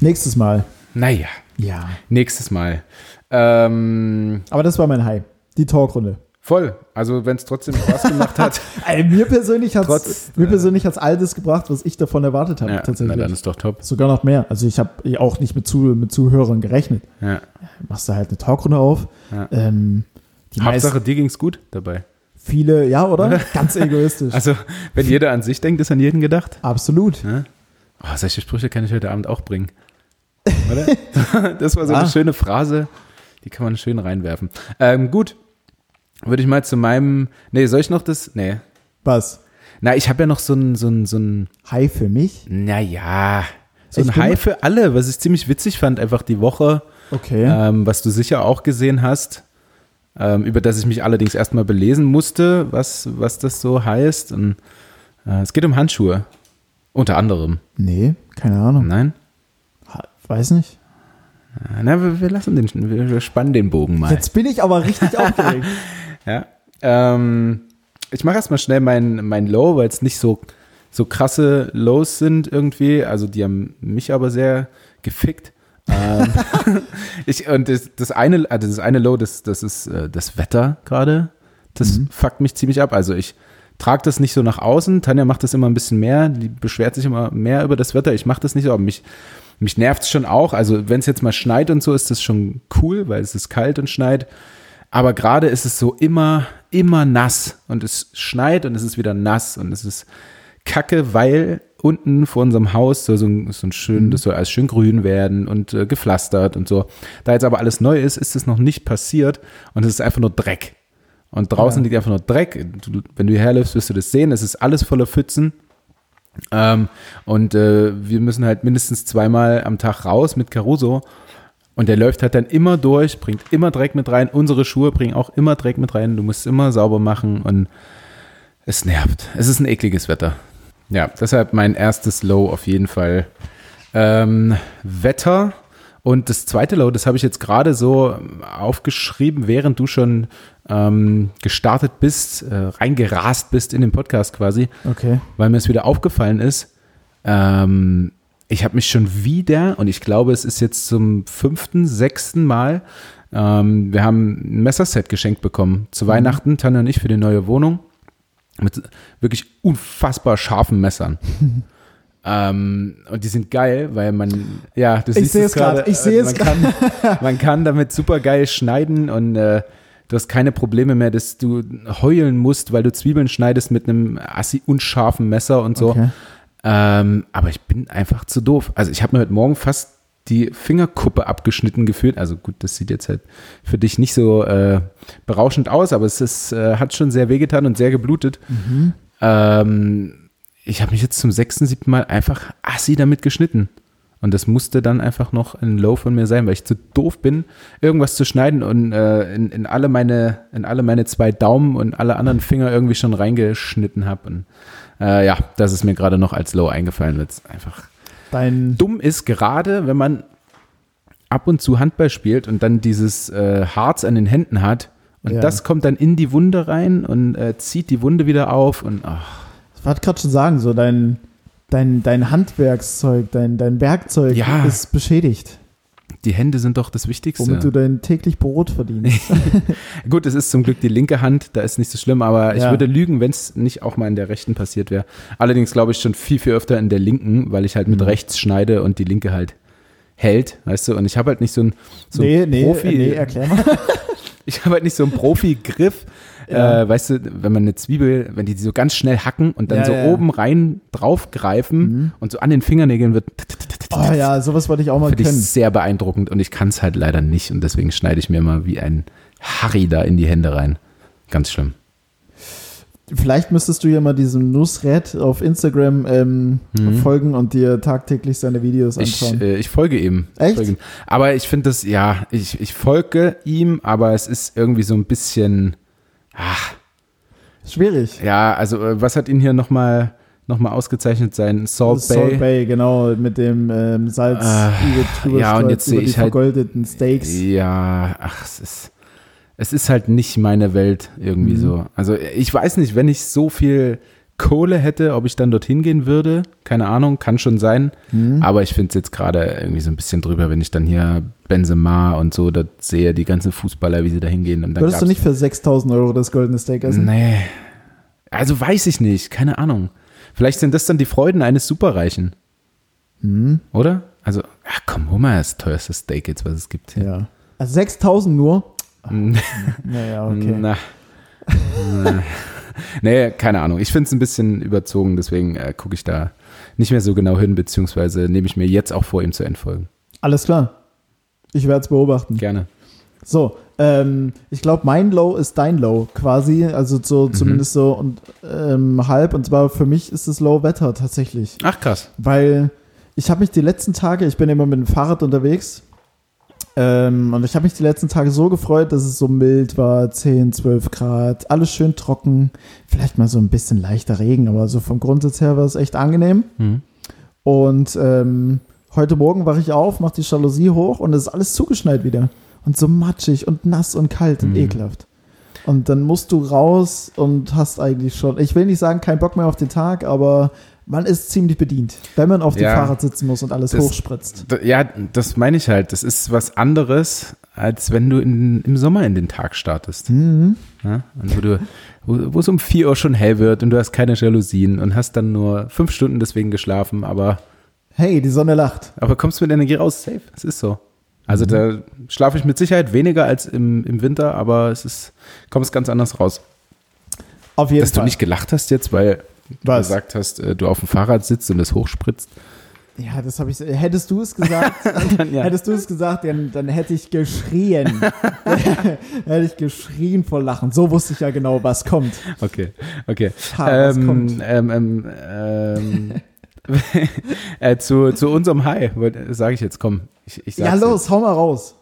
S1: Nächstes Mal.
S2: Naja,
S1: Ja.
S2: nächstes Mal. Ähm,
S1: Aber das war mein High. Die Talkrunde.
S2: Voll. Also wenn es trotzdem Spaß gemacht hat.
S1: Ey, mir persönlich hat
S2: Trotz,
S1: es mir persönlich hat's all das gebracht, was ich davon erwartet habe,
S2: [laughs] ja, na,
S1: tatsächlich.
S2: dann ist doch top.
S1: Sogar noch mehr. Also ich habe auch nicht mit, zu, mit Zuhörern gerechnet.
S2: Ja.
S1: Machst du halt eine Talkrunde auf.
S2: Ja.
S1: Ähm, die
S2: Hauptsache,
S1: meisten,
S2: dir ging's gut dabei.
S1: viele, ja, oder?
S2: [laughs]
S1: Ganz egoistisch.
S2: Also, wenn jeder an sich denkt, ist an jeden gedacht.
S1: Absolut.
S2: Ne? Oh, solche Sprüche kann ich heute Abend auch bringen. Oder?
S1: [laughs]
S2: das war so eine
S1: Ah.
S2: schöne Phrase, die kann man schön reinwerfen. Ähm, gut, würde ich mal zu meinem. Nee, soll ich noch das? Nee.
S1: Was?
S2: Na, ich habe ja noch so ein, so ein, so ein,
S1: Hi für mich?
S2: naja, so
S1: Ich
S2: ein
S1: bin-
S2: High für alle, was ich ziemlich witzig fand, einfach die Woche,
S1: Okay.
S2: ähm, was du sicher auch gesehen hast, ähm, über das ich mich allerdings erstmal belesen musste, was, was das so heißt. Und, äh, es geht um Handschuhe. Unter anderem.
S1: Nee, keine Ahnung.
S2: Nein?
S1: Ha- Weiß nicht.
S2: Na, wir, wir lassen den, wir wir spannen den Bogen mal.
S1: Jetzt bin ich aber
S2: [laughs]
S1: richtig aufgeregt.
S2: Ja. Ähm, ich mache erstmal schnell mein, mein Low, weil es nicht so, so krasse Lows sind irgendwie. Also die haben mich aber sehr gefickt. ähm, [laughs] ich, und das, das eine, also das eine Low, das, das ist äh, das Wetter gerade. Das fuckt mich ziemlich ab. Also ich trage das nicht so nach außen. Tanja macht das immer ein bisschen mehr. Die beschwert sich immer mehr über das Wetter. Ich mache das nicht so, aber mich, mich nervt es schon auch. Also wenn es jetzt mal schneit und so, ist das schon cool, weil es ist kalt und schneit. Aber gerade ist es so immer, immer nass und es schneit und es ist wieder nass und es ist kacke, weil unten vor unserem Haus soll so ein, so ein schön, das soll alles schön grün werden und äh, gepflastert und so. Da jetzt aber alles neu ist, ist es noch nicht passiert und es ist einfach nur Dreck. Und draußen liegt einfach nur Dreck. Du, wenn du hierher läufst, wirst du das sehen. Es ist alles voller Pfützen. Ähm, und äh, wir müssen halt mindestens zweimal am Tag raus mit Caruso. Und der läuft halt dann immer durch, bringt immer Dreck mit rein. Unsere Schuhe bringen auch immer Dreck mit rein. Du musst es immer sauber machen und es nervt. Es ist ein ekliges Wetter. Ja, deshalb mein erstes Low auf jeden Fall. Ähm, Wetter und das zweite Low, das habe ich jetzt gerade so aufgeschrieben, während du schon ähm, gestartet bist, äh, reingerast bist in den Podcast quasi
S1: Okay.
S2: weil mir es wieder aufgefallen ist, ähm, ich habe mich schon wieder, und ich glaube, es ist jetzt zum fünften, sechsten Mal, ähm, wir haben ein Messerset geschenkt bekommen.
S1: Mhm.
S2: Zu Weihnachten, Tanja und ich, für die neue Wohnung. Mit wirklich unfassbar
S1: [laughs]
S2: scharfen Messern. ähm, und die sind geil, weil man, ja, du siehst
S1: sehe
S2: es
S1: es grad,
S2: gerade.
S1: ich sehe
S2: äh,
S1: es
S2: man kann, [laughs] man kann damit super geil schneiden und äh, du hast keine Probleme mehr, dass du heulen musst, weil du Zwiebeln schneidest mit einem assi unscharfen Messer und so.
S1: Okay.
S2: Ähm, aber ich bin einfach zu doof. Also ich habe mir heute Morgen fast die Fingerkuppe abgeschnitten gefühlt. Also gut, das sieht jetzt halt für dich nicht so äh, berauschend aus, aber es ist, äh, hat schon sehr wehgetan und sehr geblutet. Ähm, ich habe mich jetzt zum sechsten, siebten Mal einfach assi damit geschnitten. Und das musste dann einfach noch ein Low von mir sein, weil ich zu doof bin, irgendwas zu schneiden und äh, in, in, alle meine, in alle meine zwei Daumen und alle anderen Finger irgendwie schon reingeschnitten habe. Und äh, ja, das ist mir gerade noch als Low eingefallen, weil es einfach
S1: Dein.
S2: dumm ist, gerade wenn man ab und zu Handball spielt und dann dieses äh, Harz an den Händen hat. Und
S1: Ja.
S2: das kommt dann in die Wunde rein und äh, zieht die Wunde wieder auf und ach,
S1: Ich wollte gerade schon sagen, so dein, dein, dein Handwerkszeug, dein, dein Werkzeug
S2: Ja.
S1: ist beschädigt,
S2: die Hände sind doch das Wichtigste.
S1: womit du dein täglich Brot verdienst.
S2: Gut, es ist zum Glück die linke Hand, da ist nicht so schlimm, aber ich
S1: Ja.
S2: würde lügen, wenn es nicht auch mal in der rechten passiert wäre. Allerdings glaube ich schon viel, viel öfter in der linken, weil ich halt
S1: Mhm.
S2: mit rechts schneide und die linke halt hält, weißt du? Und ich habe halt nicht so ein, [laughs] so
S1: nee,
S2: ein
S1: nee, äh,
S2: Profi.
S1: nee, erklär mal.
S2: [laughs] ich habe halt nicht so
S1: [laughs]
S2: einen Profi-Griff. Äh, weißt du, wenn man eine Zwiebel, wenn die so ganz schnell hacken und dann
S1: Ja,
S2: so
S1: ja. Mhm.
S2: oben rein draufgreifen und so an den Fingernägeln wird,
S1: Oh ja, sowas wollte ich auch mal
S2: finde ich
S1: können.
S2: sehr beeindruckend und ich kann es halt leider nicht und deswegen schneide ich mir mal wie ein Harry da in die Hände rein. Ganz schlimm.
S1: Vielleicht müsstest du ja mal diesem Nusret auf Instagram ähm, folgen und dir tagtäglich seine Videos
S2: Mhm. Ich,
S1: anschauen.
S2: äh, ich folge ihm. Ich
S1: Echt?
S2: Folge ihm. Aber ich finde das, ja, ich, ich folge ihm, aber es ist irgendwie so ein bisschen,
S1: Schwierig.
S2: ja, also äh, was hat ihn hier nochmal noch mal ausgezeichnet? Sein Salt, Bay.
S1: Salt Bay, genau, mit dem ähm, Salz
S2: Äh,
S1: über- drüber
S2: ja, und
S1: streut,
S2: jetzt
S1: über
S2: sehe
S1: die
S2: ich halt-
S1: vergoldeten Steaks.
S2: Ja, ach, es ist,
S1: Mhm.
S2: es ist halt nicht meine Welt irgendwie so. Also ich weiß nicht, wenn ich so viel Kohle hätte, ob ich dann dorthin gehen würde. Keine Ahnung, kann schon sein.
S1: Mhm.
S2: Aber ich finde es jetzt gerade irgendwie so ein bisschen drüber, wenn ich dann hier Benzema und so das sehe, die ganzen Fußballer, wie sie da hingehen. Und dann
S1: Würdest du
S2: gab's-
S1: nicht für 6000 Euro das goldene Steak essen?
S2: Nee. Also weiß ich nicht, keine Ahnung. Vielleicht sind das dann die Freuden eines Superreichen.
S1: Mhm.
S2: Oder? Also, ach komm, hol mal das teuerste Steak jetzt, was es gibt. hier.
S1: Ja. Also 6000
S2: [laughs]
S1: nur? Naja, okay.
S2: Na. Na. nee, keine Ahnung. Ich finde es ein bisschen überzogen, deswegen äh, gucke ich da nicht mehr so genau hin, beziehungsweise nehme ich mir jetzt auch vor, ihm zu entfolgen.
S1: Alles klar. Ich werde es beobachten.
S2: Gerne.
S1: So, ähm, ich glaube, mein Low ist dein Low quasi, also so
S2: Mhm.
S1: zumindest so und ähm, halb. Und zwar für mich ist es Low Wetter tatsächlich,
S2: Ach krass.
S1: weil ich habe mich die letzten Tage, ich bin immer mit dem Fahrrad unterwegs. Ähm, und ich habe mich die letzten Tage so gefreut, dass es so mild war, 10, 12 Grad, alles schön trocken, vielleicht mal so ein bisschen leichter Regen, aber so vom Grundsatz her war es echt angenehm.
S2: Mhm.
S1: Und ähm, heute Morgen wache ich auf, mache die Jalousie hoch und es ist alles zugeschneit wieder. Und so matschig und nass und kalt und
S2: Mhm.
S1: ekelhaft. Und dann musst du raus und hast eigentlich schon, ich will nicht sagen, keinen Bock mehr auf den Tag, aber man ist ziemlich bedient, wenn man auf dem
S2: Ja.
S1: Fahrrad sitzen muss und alles
S2: Das-
S1: hochspritzt.
S2: D- Ja, das meine ich halt. Das ist was anderes, als wenn du in, im Sommer in den Tag startest. Ja, und wo, du, wo, wo es um 4 Uhr schon hell wird und du hast keine Jalousien und hast dann nur fünf Stunden deswegen geschlafen, aber,
S1: Hey, die Sonne lacht.
S2: aber kommst mit Energie raus, safe. Es ist so.
S1: Mhm.
S2: Also da schlafe ich mit Sicherheit weniger als im, im Winter, aber es ist, kommst ganz anders raus.
S1: Auf jeden
S2: Dass du
S1: Fall.
S2: nicht gelacht hast jetzt, weil
S1: Was?
S2: du gesagt hast, äh, du auf dem Fahrrad sitzt und
S1: [laughs]
S2: es hochspritzt.
S1: ja, das habe ich. Hättest du es gesagt,
S2: [laughs] Dann, ja.
S1: hättest du es gesagt, dann, dann hätte ich
S2: [laughs]
S1: geschrien. [laughs] hätte ich geschrien vor Lachen. So wusste ich ja genau, was kommt.
S2: Okay, okay.
S1: Ha, was
S2: ähm,
S1: kommt?
S2: Ähm, ähm,
S1: [laughs]
S2: ähm, äh, zu, zu unserem Hi, sage ich jetzt, komm. Ich, ich sag's
S1: Ja, los, hau mal raus.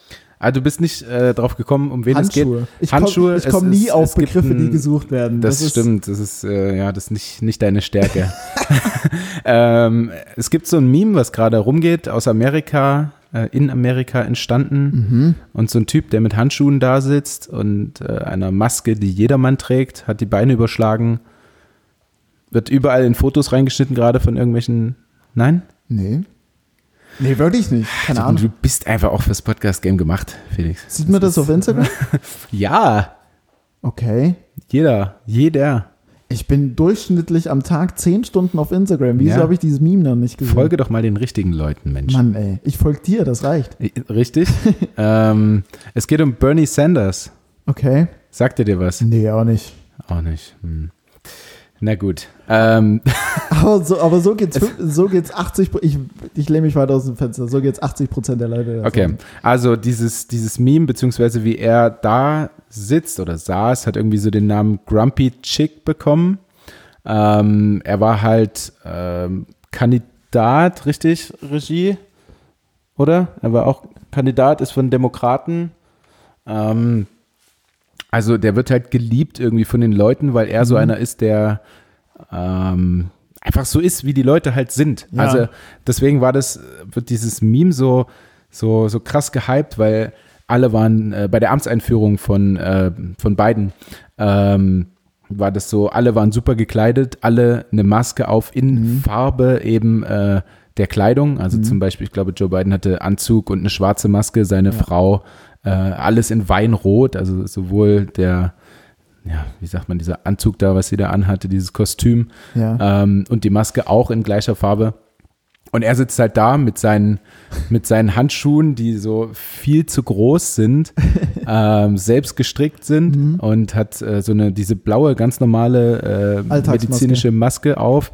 S2: Jetzt. Ah, du bist nicht äh, drauf gekommen, um wen
S1: Handschuhe.
S2: es geht.
S1: Ich komme
S2: es
S1: komm nie
S2: ist-
S1: auf
S2: es gibt
S1: Begriffe, die
S2: ein-
S1: gesucht werden.
S2: Das,
S1: ist-
S2: stimmt, das ist äh, ja das ist nicht, nicht
S1: [laughs]
S2: deine Stärke. [laughs] ähm, es gibt so ein Meme, was gerade rumgeht, aus Amerika, äh, in Amerika
S1: Mhm.
S2: entstanden. Und so ein Typ, der mit Handschuhen da sitzt und äh, einer Maske, die jedermann trägt, hat die Beine überschlagen. Wird überall in Fotos reingeschnitten, gerade von irgendwelchen. Nein? Also,
S1: Nee. Nee, wirklich nicht. Keine
S2: Du
S1: Ahnung.
S2: bist einfach auch fürs Podcast-Game gemacht, Felix.
S1: Sieht man das auf
S2: [laughs]
S1: Instagram?
S2: Ja,
S1: Okay.
S2: jeder, jeder.
S1: Ich bin durchschnittlich am Tag 10 Stunden auf Instagram. Wieso
S2: Ja.
S1: habe ich dieses Meme noch nicht gesehen?
S2: Folge doch mal den richtigen Leuten, Mensch.
S1: Mann, ey. Ich folge dir, das reicht.
S2: Richtig. [laughs] ähm, es geht um Bernie Sanders.
S1: Okay.
S2: Sagt er dir was?
S1: Nee, auch nicht.
S2: Auch nicht. Hm. Na gut. Ähm,
S1: Aber so, aber so geht's, fün- so geht's 80 Ich, ich lehne mich weiter aus dem Fenster. So geht's 80 Prozent der Leute.
S2: okay. Also dieses, dieses Meme, beziehungsweise wie er da sitzt oder saß, hat irgendwie so den Namen Grumpy Chick bekommen. Ähm, er war halt ähm, Kandidat, richtig, Regie? Oder? Er war auch Kandidat, ist von Demokraten. Ähm, also der wird halt geliebt irgendwie von den Leuten, weil er so einer ist, der ähm, einfach so ist, wie die Leute halt sind.
S1: Ja.
S2: Also deswegen war das, wird dieses Meme so, so, so krass gehypt, weil alle waren äh, bei der Amtseinführung von, äh, von Biden, ähm, war das so, alle waren super gekleidet, alle eine Maske auf in Farbe eben äh, der Kleidung. Also zum Beispiel, ich glaube, Joe Biden hatte Anzug und eine schwarze Maske, seine Frau, äh, alles in Weinrot, also sowohl der, ja, wie sagt man, dieser Anzug da, was sie da anhatte, dieses Kostüm,
S1: Ja.
S2: ähm, und die Maske auch in gleicher Farbe. Und er sitzt halt da mit seinen, mit seinen Handschuhen, die so viel zu groß sind, ähm, selbst gestrickt sind und hat äh, so eine, diese blaue, ganz normale äh,
S1: Alltagsmaske.
S2: medizinische Maske auf.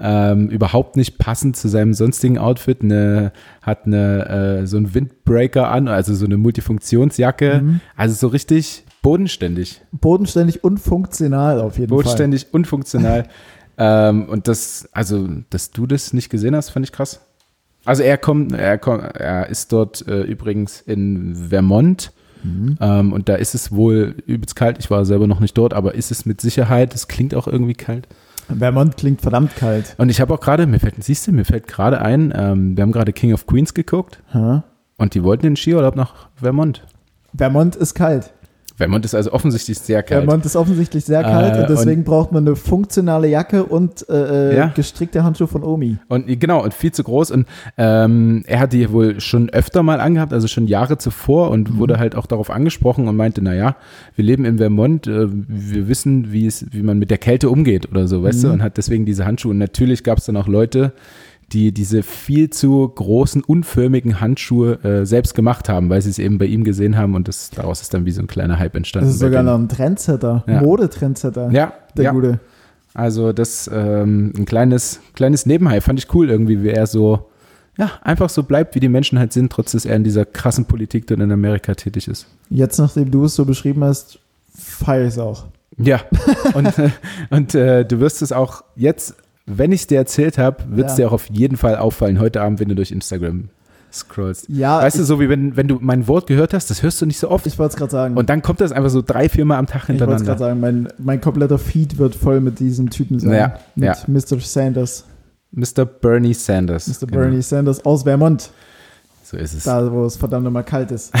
S2: Ähm, überhaupt nicht passend zu seinem sonstigen Outfit. Eine, hat eine, äh, so einen Windbreaker an, also so eine Multifunktionsjacke. Also so richtig bodenständig.
S1: Bodenständig und funktional auf jeden Fall.
S2: Bodenständig,
S1: [laughs]
S2: unfunktional. ähm, und das, also, dass du das nicht gesehen hast, fand ich krass. Also er kommt, er kommt, er ist dort äh, übrigens in Vermont.
S1: Mhm.
S2: Ähm, und da ist es wohl übelst kalt. Ich war selber noch nicht dort, aber ist es mit Sicherheit. Es klingt auch irgendwie kalt.
S1: Vermont klingt verdammt kalt.
S2: Und ich habe auch gerade, mir fällt, siehst du, mir fällt gerade ein, ähm, wir haben gerade King of Queens geguckt
S1: Hä?
S2: und die wollten den Skiurlaub nach Vermont.
S1: Vermont ist kalt.
S2: Vermont ist also offensichtlich sehr kalt.
S1: Vermont ist offensichtlich sehr kalt
S2: Äh,
S1: und deswegen braucht man eine funktionale Jacke und äh,
S2: Ja.
S1: gestrickte Handschuhe von Omi.
S2: Und genau, und viel zu groß. Und ähm, er hat die wohl schon öfter mal angehabt, also schon Jahre zuvor und
S1: Mhm.
S2: wurde halt auch darauf angesprochen und meinte, naja, wir leben in Vermont, äh, wir wissen, wie es, wie man mit der Kälte umgeht oder so, weißt du,
S1: Mhm.
S2: und hat deswegen diese Handschuhe. Und natürlich gab es dann auch Leute, die diese viel zu großen, unförmigen Handschuhe äh, selbst gemacht haben, weil sie es eben bei ihm gesehen haben und das, daraus ist dann wie so ein kleiner Hype entstanden.
S1: Das ist
S2: bei
S1: sogar
S2: denen.
S1: noch ein Trendsetter,
S2: Ja.
S1: Modetrendsetter.
S2: ja,
S1: Der
S2: ja.
S1: gute.
S2: Also das ähm, ein kleines, kleines Nebenhai fand ich cool irgendwie, wie er so, ja, einfach so bleibt, wie die Menschen halt sind, trotz dass er in dieser krassen Politik dann in Amerika tätig ist.
S1: Jetzt, nachdem du es so beschrieben hast, feier ich es auch. [laughs]
S2: Ja, und, äh, und äh, du wirst es auch jetzt, wenn ich es dir erzählt habe, wird es
S1: Ja.
S2: dir auch auf jeden Fall auffallen, heute Abend, wenn du durch Instagram scrollst.
S1: Ja,
S2: weißt du,
S1: Ah, ich-
S2: so wie wenn, wenn du mein Wort gehört hast, das hörst du nicht so oft.
S1: Ich wollte es gerade sagen.
S2: und dann kommt das einfach so drei, viermal am Tag
S1: ich wollte es gerade
S2: hintereinander.
S1: sagen, mein, mein kompletter Feed wird voll mit diesem Typen sein.
S2: Ja,
S1: mit Mr. Sanders,
S2: Mr. Bernie Sanders.
S1: Mr.
S2: Genau,
S1: Bernie Sanders aus Vermont,
S2: So ist es.
S1: da wo es verdammt nochmal kalt ist.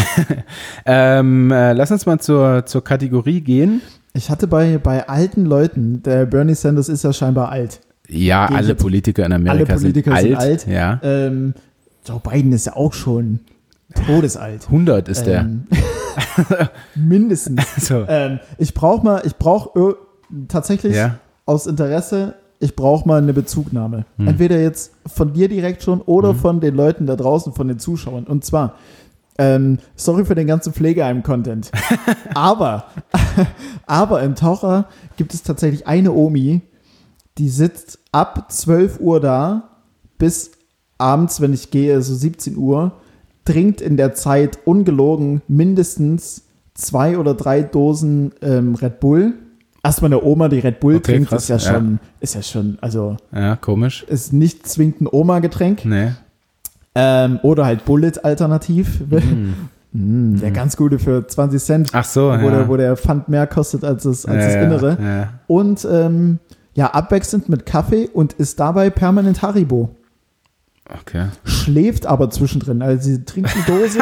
S2: Ähm, äh, lass uns mal zur, zur Kategorie gehen.
S1: Ich hatte bei, bei alten Leuten, der Bernie Sanders ist ja scheinbar alt.
S2: Ja,
S1: Gehe ich
S2: alle
S1: jetzt-
S2: Politiker in Amerika
S1: alle Politiker
S2: sind,
S1: sind alt.
S2: alt. Ja.
S1: Ähm, Joe Biden ist ja auch schon todesalt.
S2: 100 ist
S1: Ähm, [laughs] mindestens.
S2: der. [laughs] So.
S1: Ähm, ich brauche mal, ich brauche tatsächlich
S2: Ja.
S1: aus Interesse, ich brauche mal eine Bezugnahme. Entweder jetzt von dir direkt schon oder von den Leuten da draußen, von den Zuschauern. Und zwar, ähm, sorry für den ganzen
S2: [laughs]
S1: Pflegeheim-Content. aber, [laughs] aber im Taucher gibt es tatsächlich eine Omi, die sitzt ab 12 Uhr da bis abends, wenn ich gehe, so 17 Uhr, trinkt in der Zeit ungelogen mindestens zwei oder drei Dosen ähm, Red Bull. Erstmal eine Oma, die Red Bull
S2: Okay,
S1: trinkt,
S2: krass,
S1: ist ja,
S2: ja.
S1: schon, ist ja schon, also
S2: Ja, komisch.
S1: ist nicht zwingend ein Oma-Getränk.
S2: Nee.
S1: Ähm, oder halt Bullet-Alternativ. [laughs] Mm, der ganz gute für 20 Cent,
S2: Ach so,
S1: wo, der,
S2: Ah, ja.
S1: wo der Pfand mehr kostet als das, als
S2: ja,
S1: das
S2: ja,
S1: Innere.
S2: Ja.
S1: Und ähm, ja, abwechselnd mit Kaffee und ist dabei permanent Haribo.
S2: Okay.
S1: schläft aber zwischendrin. Also sie trinkt die
S2: [laughs]
S1: Dose,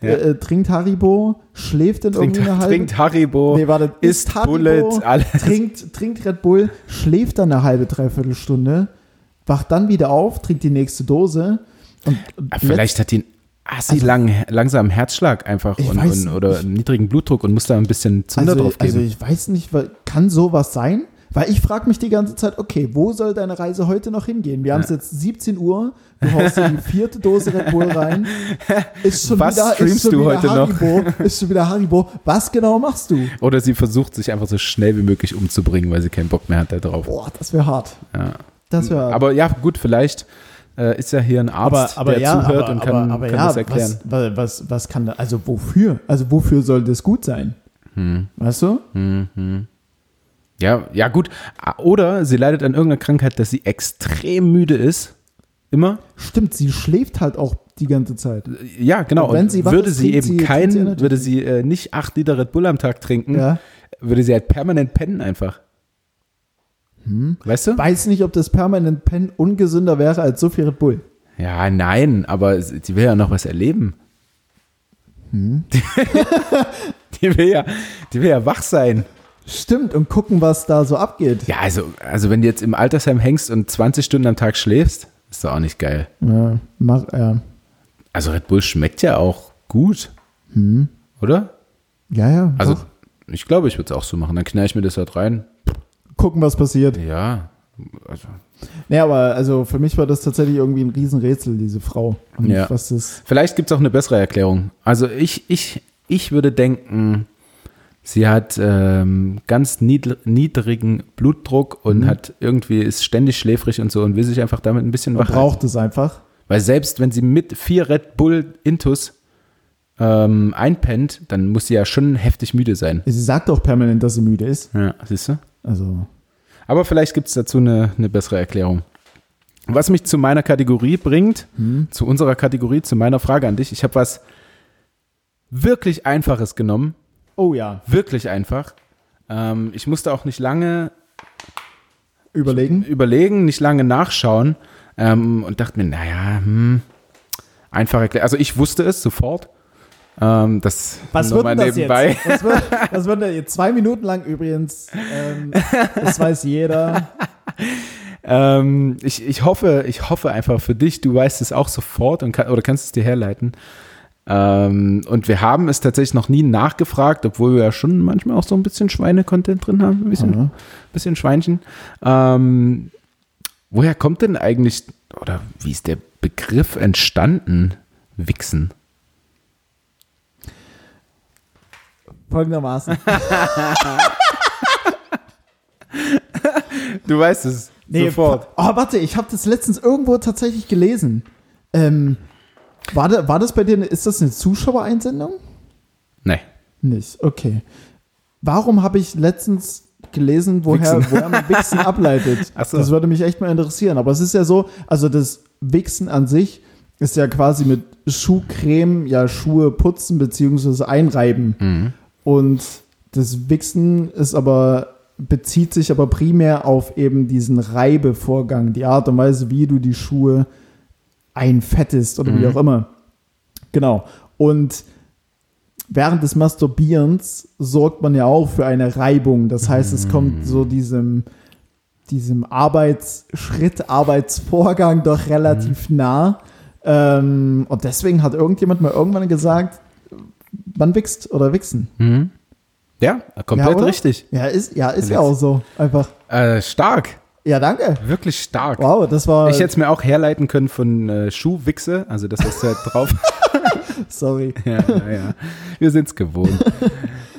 S2: Ja.
S1: äh, äh, trinkt Haribo, schläft in
S2: Trinkt,
S1: irgendwie eine halbe...
S2: trinkt Haribo,
S1: nee, warte,
S2: isst ah.
S1: isst Haribo,
S2: Bullet, alles.
S1: Trinkt, trinkt Red Bull, schläft dann eine halbe, dreiviertel Stunde, wacht dann wieder auf, trinkt die nächste Dose und... und
S2: Ah, Vielleicht hat die einen assi lang, langsamen Herzschlag einfach
S1: Also- Ich
S2: und,
S1: weiß
S2: und, oder einen niedrigen Blutdruck und muss da ein bisschen
S1: jetzt,
S2: Zunder
S1: also,
S2: drauf
S1: also
S2: geben.
S1: ich weiß nicht, weil- kann sowas sein? Weil ich frage mich die ganze Zeit, okay, wo soll deine Reise heute noch hingehen? Wir haben es jetzt 17 Uhr, du haust dir die vierte Dose Red Bull
S2: [laughs]
S1: rein. Ist schon
S2: Was
S1: wieder,
S2: streamst
S1: ist schon
S2: du
S1: wieder
S2: heute noch?
S1: Haribo, Ist schon wieder Haribo. Was genau machst du?
S2: oder sie versucht, sich einfach so schnell wie möglich umzubringen, weil sie keinen Bock mehr hat da drauf.
S1: Boah, das wäre hart.
S2: Ja.
S1: Das wäre hart.
S2: Aber ja, gut, vielleicht äh, ist ja hier ein Arzt, der zuhört und kann, kann das erklären.
S1: Was, wa- was, was kann da, also wofür? Also wofür soll das gut sein?
S2: Hm.
S1: Weißt du?
S2: Ja, ja, gut. Ah, Oder sie leidet an irgendeiner Krankheit, dass sie extrem müde ist. Immer?
S1: Stimmt, sie schläft halt auch die ganze Zeit.
S2: Ja, genau.
S1: Und wenn sie wach
S2: würde
S1: ist,
S2: sie
S1: trinkt
S2: eben
S1: sie- trinkt sie
S2: keinen,
S1: Energy
S2: würde sie äh, nicht acht Liter Red Bull am Tag trinken,
S1: Ja.
S2: würde sie halt permanent pennen einfach.
S1: Hm.
S2: Weißt du?
S1: Weiß nicht, ob das permanent Pen ungesünder wäre als so viel Red Bull.
S2: Ja, nein, aber sie die will ja noch was erleben.
S1: Hm.
S2: [laughs] Die, die, will ja, die will ja wach sein.
S1: Stimmt, und gucken, was da so abgeht.
S2: Ja, also, also wenn du jetzt im Altersheim hängst und 20 Stunden am Tag schläfst, ist doch auch nicht geil.
S1: Ja, mach, ja.
S2: Also Red Bull schmeckt ja auch gut. Hm. Oder?
S1: ja, ja.
S2: Also
S1: doch.
S2: ich glaube, ich würde es auch so machen. Dann knall ich mir das halt rein.
S1: gucken, was passiert.
S2: Ja. Also,
S1: Nee, aber also für mich war das tatsächlich irgendwie ein Riesenrätsel, diese Frau. Und
S2: Ja.
S1: was das.
S2: vielleicht gibt es auch eine bessere Erklärung. Also ich, ich, ich würde denken, sie hat ähm, ganz niedl- niedrigen Blutdruck und hat irgendwie, ist ständig schläfrig und so und will sich einfach damit ein bisschen
S1: Man
S2: wach halten.
S1: braucht es einfach.
S2: Weil selbst wenn sie mit vier Red Bull Intus ähm, einpennt, dann muss sie ja schon heftig müde sein.
S1: Sie sagt auch permanent, dass sie müde ist.
S2: Ja, siehst du?
S1: Also,
S2: Aber vielleicht gibt es dazu eine, eine bessere Erklärung. Was mich zu meiner Kategorie bringt,
S1: Mhm.
S2: zu unserer Kategorie, zu meiner Frage an dich. Ich habe was wirklich Einfaches genommen.
S1: oh ja.
S2: Wirklich einfach. Ähm, ich musste auch nicht lange
S1: Überlegen.
S2: überlegen, nicht lange nachschauen ähm, und dachte mir, naja, hm, einfach erklärt. Also ich wusste es sofort. Ähm, das
S1: Was
S2: nur
S1: wird
S2: mal
S1: denn das
S2: nebenbei.
S1: jetzt? Was wird, was wird denn jetzt? Zwei Minuten lang übrigens. Ähm, das weiß jeder.
S2: Ähm, ich, ich hoffe, ich hoffe einfach für dich, du weißt es auch sofort und kann, oder kannst es dir herleiten. Ähm, und wir haben es tatsächlich noch nie nachgefragt, obwohl wir ja schon manchmal auch so ein bisschen Schweine-Content drin haben, ein bisschen,
S1: Mhm.
S2: bisschen Schweinchen. Ähm, woher kommt denn eigentlich, oder wie ist der Begriff entstanden? Wichsen.
S1: Folgendermaßen.
S2: Du weißt es. sofort.
S1: Oh, warte, ich habe das letztens irgendwo tatsächlich gelesen. Ähm, war, da, war das bei dir, ist das eine Zuschauereinsendung?
S2: Nee.
S1: Nicht, okay. Warum habe ich letztens gelesen, woher,
S2: Wichsen.
S1: woher man Wichsen
S2: [laughs]
S1: ableitet?
S2: Ach so.
S1: Das würde mich echt mal interessieren. Aber es ist ja so, also das Wichsen an sich ist ja quasi mit Schuhcreme ja Schuhe putzen beziehungsweise einreiben.
S2: Mhm.
S1: Und das Wichsen ist aber bezieht sich aber primär auf eben diesen Reibevorgang, die Art und Weise, wie du die Schuhe einfettest oder
S2: Mhm.
S1: wie auch immer. Genau. Und während des Masturbierens sorgt man ja auch für eine Reibung. Das heißt, es
S2: Mhm.
S1: kommt so diesem, diesem Arbeitsschritt, Arbeitsvorgang doch relativ
S2: Mhm.
S1: nah. Ähm, und deswegen hat irgendjemand mal irgendwann gesagt, man wichst oder wichsen.
S2: Mhm. Ja, komplett
S1: oder?
S2: richtig.
S1: Ja, ist ja, ist ja
S2: Letzt-
S1: auch so. Einfach.
S2: Äh, stark.
S1: Ja, danke.
S2: Wirklich stark.
S1: Wow, das war.
S2: Ich hätte es mir auch herleiten können von äh, Schuhwichse, also das ist halt drauf.
S1: sorry.
S2: [laughs] ja, ja, ja. Wir sind es gewohnt.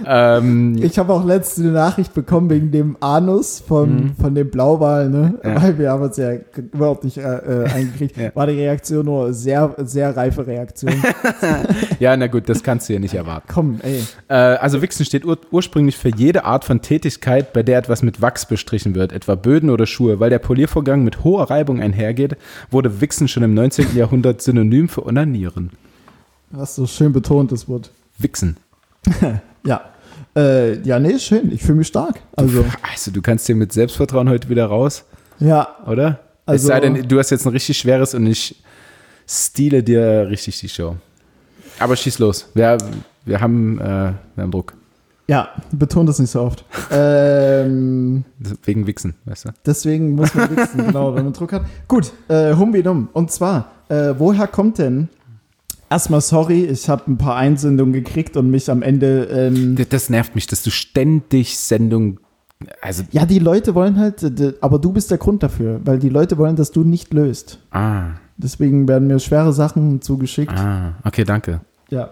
S2: ähm,
S1: Ich habe auch letzte Nachricht bekommen wegen dem Anus von, von dem Blauwal, ne?
S2: Mhm.
S1: [laughs]
S2: Ja.
S1: Weil wir haben uns ja g- überhaupt nicht äh,
S2: [laughs]
S1: äh, eingekriegt.
S2: Ja.
S1: War die Reaktion nur sehr, sehr reife
S2: [laughs]
S1: Reaktion.
S2: ja, na gut, das kannst du ja nicht erwarten.
S1: Komm, ey.
S2: Äh, also Wichsen steht ur ursprünglich für jede Art von Tätigkeit, bei der etwas mit Wachs bestrichen wird, etwa Böden oder Schuhe. Weil der Poliervorgang mit hoher Reibung einhergeht, wurde Wichsen schon im 19. Jahrhundert synonym für Onanieren.
S1: Hast du schön betont, das Wort.
S2: Wichsen.
S1: Ja. Äh, ja, nee, schön. Ich fühle mich stark. Also,
S2: Also du kannst hier mit Selbstvertrauen heute wieder raus,
S1: ja,
S2: oder? es
S1: Also-
S2: sei denn, du hast jetzt ein richtig schweres und ich stehle dir richtig die Show. Aber schieß los. Wir, wir, haben, äh, wir haben Druck.
S1: ja, betont das nicht so oft. ähm,
S2: Wegen Wichsen, weißt du?
S1: Deswegen muss man wichsen, genau, wenn man Druck hat. Gut, äh, Humbidum. Und zwar, äh, woher kommt denn? Erstmal sorry, ich habe ein paar Einsendungen gekriegt und mich am Ende. Ähm,
S2: Das, das nervt mich, dass du ständig Sendung. Also,
S1: ja, die Leute wollen halt, äh, d- aber du bist der Grund dafür, weil die Leute wollen, dass du nicht löst.
S2: ah,
S1: Deswegen werden mir schwere Sachen zugeschickt.
S2: ah, okay, danke.
S1: Ja.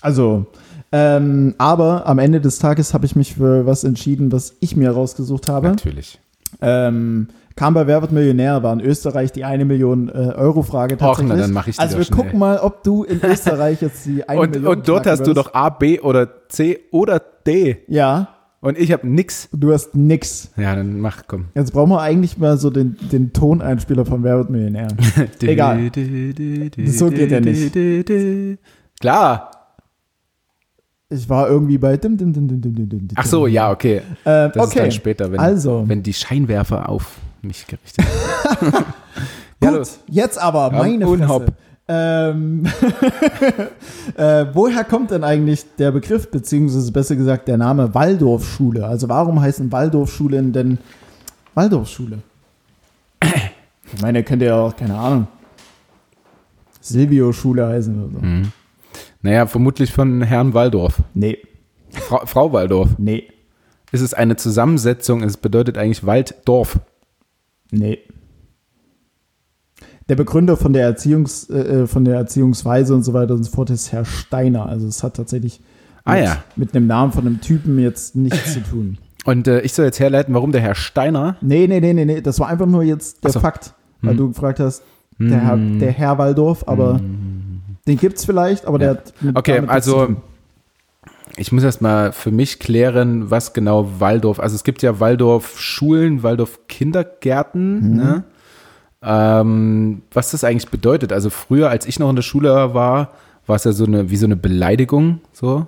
S1: Also, ähm, aber am Ende des Tages habe ich mich für was entschieden, was ich mir rausgesucht habe.
S2: Natürlich.
S1: Ähm, kam bei Wer wird Millionär, war in Österreich die eine Million äh, Euro Frage
S2: Och,
S1: tatsächlich.
S2: na, dann mach ich die
S1: also
S2: doch
S1: wir
S2: schnell.
S1: gucken mal, ob du
S2: [laughs]
S1: in Österreich jetzt die eine
S2: Und,
S1: Million
S2: und dort
S1: knacken
S2: hast du
S1: wirst.
S2: doch A, B oder C oder D.
S1: Ja,
S2: Und ich habe nix.
S1: du hast nix.
S2: Ja, dann mach, komm.
S1: Jetzt brauchen wir eigentlich mal so den, den Toneinspieler von Wer wird
S2: [laughs]
S1: Millionär. [laughs] Egal. So geht er
S2: nicht. Klar.
S1: Ich war irgendwie bei dim, dim, dim, dim, dim, dim, dim.
S2: Ach so, ja, okay.
S1: Ähm,
S2: Das
S1: okay.
S2: ist dann später, wenn,
S1: also,
S2: wenn die Scheinwerfer auf mich gerichtet sind. ja,
S1: gut,
S2: los.
S1: jetzt aber, meine
S2: und
S1: Fresse.
S2: hopp.
S1: Ähm, [laughs] äh, woher kommt denn eigentlich der Begriff, beziehungsweise besser gesagt der Name Waldorfschule? Also warum heißen Waldorfschulen denn Waldorfschule? Ich meine, könnte ja auch, keine Ahnung, Silvio-Schule heißen oder so.
S2: Hm. Naja, vermutlich von Herrn Waldorf.
S1: Nee,
S2: Frau, Frau Waldorf.
S1: nee,
S2: Es ist eine Zusammensetzung, es bedeutet eigentlich Walddorf.
S1: nee. Der Begründer von der, Erziehungs, äh, äh, von der Erziehungsweise und so weiter und so fort ist Herr Steiner. Also es hat tatsächlich
S2: Ah,
S1: mit,
S2: ja.
S1: mit dem Namen von einem Typen jetzt nichts zu
S2: [laughs]
S1: tun.
S2: Und äh, ich soll jetzt herleiten, warum der Herr Steiner.
S1: Nee, nee, nee, nee, nee. Das war einfach nur jetzt der
S2: Ach so. Mhm.
S1: Fakt, weil du gefragt hast, der, Herr, der Herr Waldorf, aber den gibt's vielleicht, aber der hat. mit-
S2: Mhm. Okay,
S1: damit nichts zu
S2: also
S1: tun.
S2: ich muss erst mal für mich klären, was genau Waldorf. Also es gibt ja Waldorf-Schulen, Waldorf-Kindergärten.
S1: Mhm.
S2: Ne? Ähm, was das eigentlich bedeutet. Also früher, als ich noch in der Schule war, war es ja so eine wie so eine Beleidigung, so